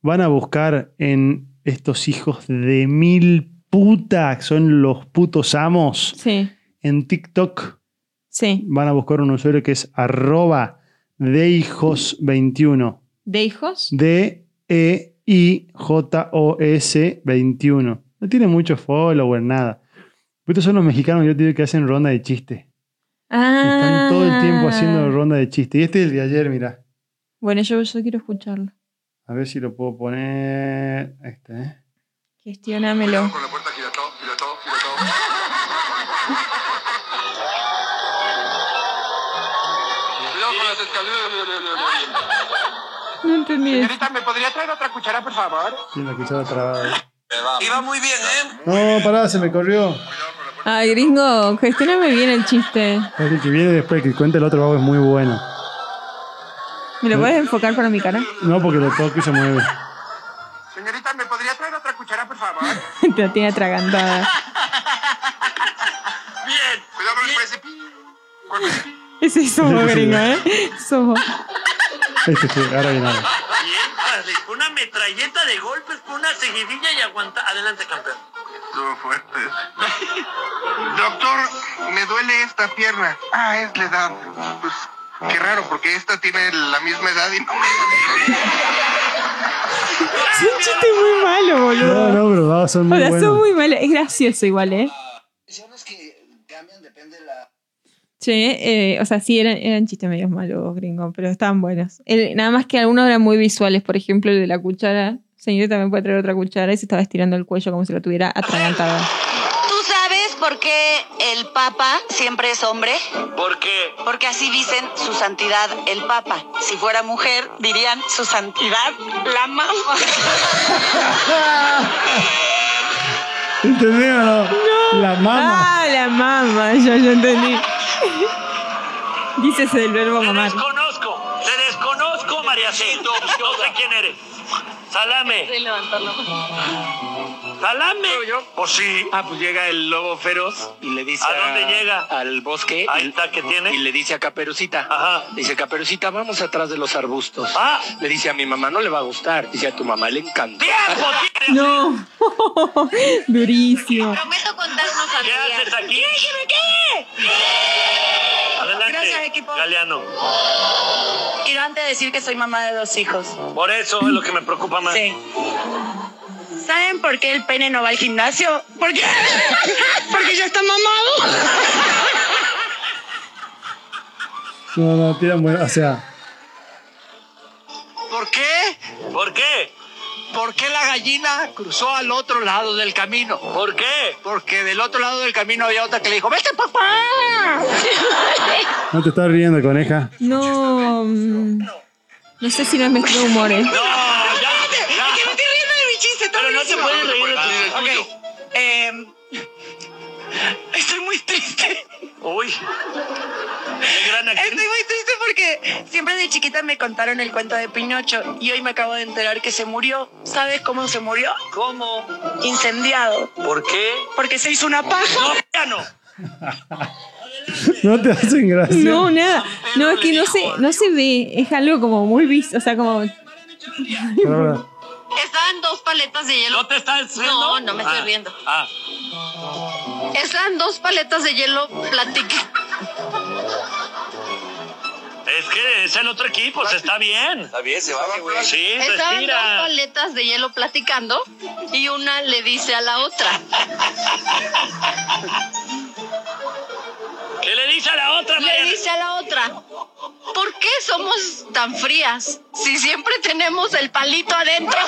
Speaker 1: van a buscar en estos hijos de mil puta, que son los putos amos,
Speaker 7: Sí,
Speaker 1: en TikTok
Speaker 7: sí.
Speaker 1: van a buscar un usuario que es arroba de hijos 21.
Speaker 7: ¿De hijos?
Speaker 1: D E I J O S 21. No tiene mucho follower, nada. Estos son los mexicanos que yo te digo que hacen ronda de chiste.
Speaker 7: Ah.
Speaker 1: Están todo el tiempo haciendo ronda de chiste. Y este es el de ayer, mirá.
Speaker 7: Bueno, yo, yo quiero escucharlo.
Speaker 1: A ver si lo puedo poner. Este, ¿eh?
Speaker 7: Gestionámelo. No entendí eso.
Speaker 5: ¿me podría traer otra cuchara, por favor?
Speaker 1: Tiene la cuchara trabada. ahí.
Speaker 5: Iba muy bien, ¿eh?
Speaker 1: No, pará, se me corrió.
Speaker 7: Ay, gringo, gestioname bien el chiste.
Speaker 1: El que viene después, que cuenta el otro vago es muy bueno.
Speaker 7: ¿Me lo puedes enfocar para mi cara?
Speaker 1: No, porque lo toco y se mueve.
Speaker 5: Señorita, ¿me podría traer otra cuchara, por favor?
Speaker 7: Te la tiene atragantada.
Speaker 5: Bien. Cuidado con el precipicio. Con el precipicio.
Speaker 7: Ese somos, gringo, ¿eh? Somos.
Speaker 1: Este, sí, ahora viene algo.
Speaker 10: Bien, Carly, una metralleta de golpes, una seguidilla y aguanta. Adelante, campeón.
Speaker 5: Estuvo fuerte. Doctor, me duele esta pierna. Ah, es la edad. Pues qué raro, porque esta tiene la misma edad y no me
Speaker 7: Es un chiste muy malo,
Speaker 1: No,
Speaker 7: boludo.
Speaker 1: no, pero va, son muy
Speaker 7: Hola, son
Speaker 1: buenos.
Speaker 7: muy malos. Es gracioso igual, ¿eh? Che, eh, o sea, sí, eran, eran chistes medios malos, gringo, pero estaban buenos. El- nada más que algunos eran muy visuales, por ejemplo, el de la cuchara. Señorita, también puede traer otra cuchara y se estaba estirando el cuello como si lo tuviera atragantado.
Speaker 2: ¿Tú sabes por qué el Papa siempre es hombre?
Speaker 10: ¿Por qué?
Speaker 2: Porque así dicen su santidad el Papa. Si fuera mujer, dirían su santidad la mamá.
Speaker 1: ¿Entendés o no? La mama.
Speaker 7: ¡Ah, la mamá! Yo, yo entendí. Dícese del verbo
Speaker 10: Te
Speaker 7: mamar.
Speaker 10: desconozco, te desconozco, María C. No sé quién eres. Salame, salame. Pues sí.
Speaker 11: Ah, pues llega el lobo feroz y le dice.
Speaker 10: ¿A dónde llega?
Speaker 11: Al bosque.
Speaker 10: Ahí
Speaker 11: y-
Speaker 10: está, ¿qué tiene?
Speaker 11: Y le dice a Caperucita.
Speaker 10: Ajá.
Speaker 11: Dice, Caperucita, vamos atrás de los arbustos.
Speaker 10: Ah.
Speaker 11: Le dice a mi mamá, no le va a gustar. Dice, a tu mamá le encanta.
Speaker 10: ¡Tiempo tienes!
Speaker 7: No. Durísimo.
Speaker 2: Prometo contarnos a
Speaker 10: ¿Qué haces aquí? Adelante,
Speaker 2: Gracias, equipo.
Speaker 10: Galeano.
Speaker 2: Quiero antes decir que soy mamá de dos hijos.
Speaker 10: Por eso es lo que me preocupa más.
Speaker 2: Sí. ¿Saben por qué el pene no va al gimnasio? Porque, porque ya está mamado.
Speaker 1: No, no, tiran bueno. O sea,
Speaker 11: ¿Por qué?
Speaker 10: ¿Por qué?
Speaker 11: ¿Por qué la gallina cruzó al otro lado del camino?
Speaker 10: ¿Por qué?
Speaker 11: Porque del otro lado del camino había otra que le dijo, vete papá.
Speaker 1: no te estás riendo, coneja.
Speaker 7: No. mm, No sé si no es mezcla de humores.
Speaker 10: No, ya, ya.
Speaker 2: Que me estoy riendo de mi chiste, está
Speaker 10: Pero no se
Speaker 2: buenísimo.
Speaker 10: pueden reír de tu- del tuyo.
Speaker 2: Ok. eh, estoy muy triste.
Speaker 10: Uy. Qué gran actriz.
Speaker 2: Estoy muy triste porque siempre de chiquita me contaron el cuento de Pinocho y hoy me acabo de enterar que se murió. ¿Sabes cómo se murió?
Speaker 10: ¿Cómo?
Speaker 2: Incendiado.
Speaker 10: ¿Por qué?
Speaker 2: Porque se hizo una paja.
Speaker 10: No, ya no.
Speaker 1: No te hacen gracia.
Speaker 7: No, nada. No, es que no se, no se ve. Es algo como muy visto. O sea, como.
Speaker 1: La verdad.
Speaker 2: Estaban dos paletas de hielo.
Speaker 10: ¿No te estás riendo?
Speaker 2: No, no me estoy
Speaker 10: Ah,
Speaker 2: riendo.
Speaker 10: Ah,
Speaker 2: Estaban dos paletas de hielo platique.
Speaker 10: es que es el otro equipo, se está bien.
Speaker 11: Está bien, se va, güey.
Speaker 10: Sí,
Speaker 2: Estaban dos
Speaker 10: respira.
Speaker 2: paletas de hielo platicando y una le dice a la otra.
Speaker 10: ¿Qué le dice a la otra,
Speaker 2: Le
Speaker 10: Mariana?
Speaker 2: dice a la otra, ¿por qué somos tan frías si siempre tenemos el palito adentro?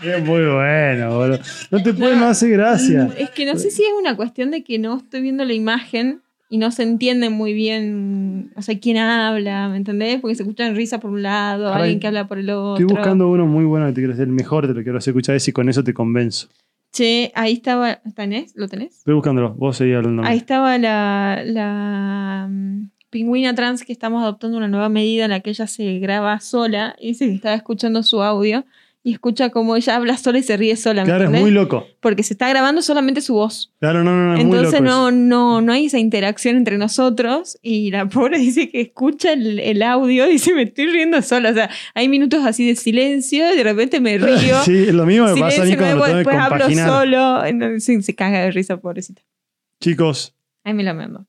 Speaker 1: Es muy bueno, boludo. No te puede, no hace gracia.
Speaker 7: Mm, Es que no sé si es una cuestión de que no estoy viendo la imagen y no se entiende muy bien. O sea, quién habla, ¿me entendés? Porque se escuchan risas por un lado,
Speaker 1: Pará,
Speaker 7: alguien que habla por el otro.
Speaker 1: Estoy buscando uno muy bueno que te quiero hacer. El mejor te lo quiero hacer escuchar ese y con eso te convenzo.
Speaker 7: Che, ahí estaba. ¿Tenés? ¿Lo tenés?
Speaker 1: Estoy buscándolo. Vos seguís hablando.
Speaker 7: Ahí estaba la, la mm, pingüina trans que estamos adoptando una nueva medida en la que ella se graba sola y dice que estaba escuchando su audio y escucha como ella habla sola y se ríe sola. ¿me
Speaker 1: Claro, es
Speaker 7: entendés?
Speaker 1: muy loco.
Speaker 7: Porque se está grabando solamente su voz.
Speaker 1: Claro, no, no, no, es
Speaker 7: Entonces
Speaker 1: Ah, muy loco.
Speaker 7: no, no, no hay esa interacción entre nosotros y la pobre dice que escucha el, el audio y dice me estoy riendo sola. O sea, hay minutos así de silencio y de repente me río.
Speaker 1: eso. Sí, lo mismo me pasa a mí
Speaker 7: silencio
Speaker 1: cuando
Speaker 7: nuevo,
Speaker 1: lo tengo que
Speaker 7: después hablo
Speaker 1: compaginar.
Speaker 7: solo. Entonces, sí, se caga de risa, pobrecita.
Speaker 1: Chicos,
Speaker 7: Ahí me lo mando.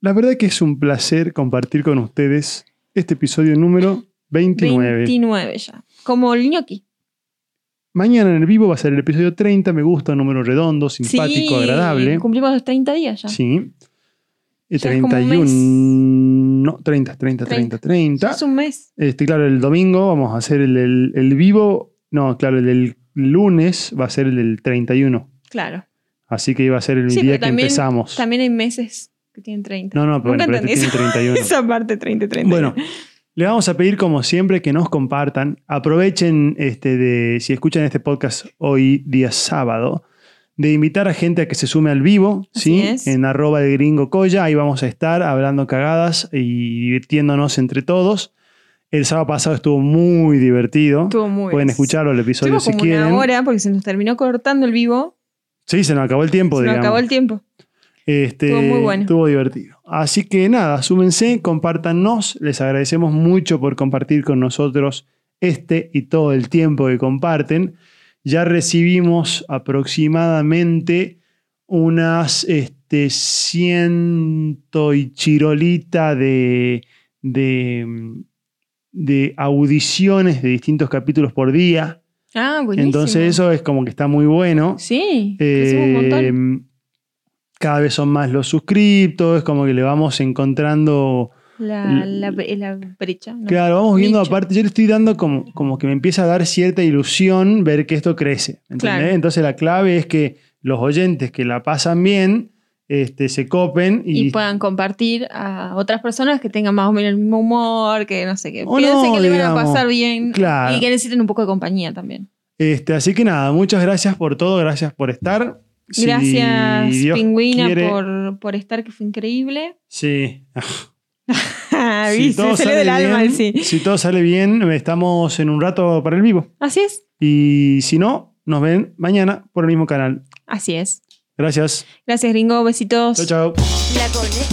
Speaker 1: la verdad que es un placer compartir con ustedes este episodio número 29.
Speaker 7: 29 ya. Como el ñoqui.
Speaker 1: Mañana en el vivo va a ser el episodio 30. Me gusta, un número redondo, simpático,
Speaker 7: Sí,
Speaker 1: agradable.
Speaker 7: Cumplimos los 30 días ya.
Speaker 1: Sí. Y
Speaker 7: Ya es como un
Speaker 1: 31. No, 30, 30, 30,
Speaker 7: 30.
Speaker 1: 30.
Speaker 7: Es un mes.
Speaker 1: Este, claro, el domingo vamos a hacer el, el- el vivo. No, claro, el, del lunes va a ser el, del 31.
Speaker 7: Claro.
Speaker 1: Así que iba a ser el
Speaker 7: Sí,
Speaker 1: día
Speaker 7: pero
Speaker 1: que
Speaker 7: también-
Speaker 1: empezamos.
Speaker 7: También hay meses que tienen 30.
Speaker 1: No, no, pero,
Speaker 7: Nunca
Speaker 1: bueno, pero
Speaker 7: entendí
Speaker 1: este
Speaker 7: eso.
Speaker 1: tiene 31.
Speaker 7: Esa parte 30, 30.
Speaker 1: Bueno, le vamos a pedir como siempre que nos compartan. Aprovechen este de si escuchan este podcast hoy día sábado de invitar a gente a que se sume al vivo,
Speaker 7: Así
Speaker 1: ¿sí?
Speaker 7: es.
Speaker 1: En arroba de gringo colla, ahí vamos a estar hablando cagadas y divirtiéndonos entre todos. El sábado pasado estuvo muy divertido.
Speaker 7: Estuvo muy
Speaker 1: Pueden
Speaker 7: bien.
Speaker 1: escucharlo el episodio
Speaker 7: Estuvimos
Speaker 1: si
Speaker 7: como
Speaker 1: quieren.
Speaker 7: una hora porque se nos terminó cortando el vivo.
Speaker 1: Sí, se nos acabó el tiempo,
Speaker 7: Se nos
Speaker 1: digamos.
Speaker 7: acabó el tiempo.
Speaker 1: Este,
Speaker 7: Estuvo muy bueno.
Speaker 1: Estuvo divertido. Así que nada, súmense, compártanos. Les agradecemos mucho por compartir con nosotros este y todo el tiempo que comparten. Ya recibimos aproximadamente unas este, ciento y chirolita de, de, de audiciones de distintos capítulos por día.
Speaker 7: Ah, buenísimo.
Speaker 1: Entonces eso es como que está muy bueno.
Speaker 7: Sí, crecimos un montón.
Speaker 1: Eh, cada vez son más los suscriptos, es como que le vamos encontrando.
Speaker 7: La, la, la brecha. ¿no?
Speaker 1: Claro, vamos viendo
Speaker 7: Nicho.
Speaker 1: aparte, yo le estoy dando como, como que me empieza a dar cierta ilusión ver que esto crece. ¿entendés?
Speaker 7: Claro.
Speaker 1: Entonces la clave es que los oyentes que la pasan bien este, se copen y,
Speaker 7: Y puedan compartir a otras personas que tengan más o menos el mismo humor, que no sé qué.
Speaker 1: O
Speaker 7: Piensen
Speaker 1: no,
Speaker 7: que le van a
Speaker 1: digamos.
Speaker 7: pasar bien
Speaker 1: Claro.
Speaker 7: y que necesiten un poco de compañía también.
Speaker 1: Este, así que nada, muchas gracias por todo, gracias por estar. Si
Speaker 7: Gracias,
Speaker 1: Dios
Speaker 7: Pingüina,
Speaker 1: quiere-
Speaker 7: por, por estar, que fue increíble.
Speaker 1: Sí,
Speaker 7: ¿Viste? Se le ve del alma el
Speaker 1: bien,
Speaker 7: sí.
Speaker 1: si todo sale bien, estamos en un rato para el vivo.
Speaker 7: Así es,
Speaker 1: Y si no, nos ven mañana por el mismo canal.
Speaker 7: así es.
Speaker 1: Gracias.
Speaker 7: Gracias, gringo. Besitos.
Speaker 1: Chao, chao.
Speaker 12: La coneja.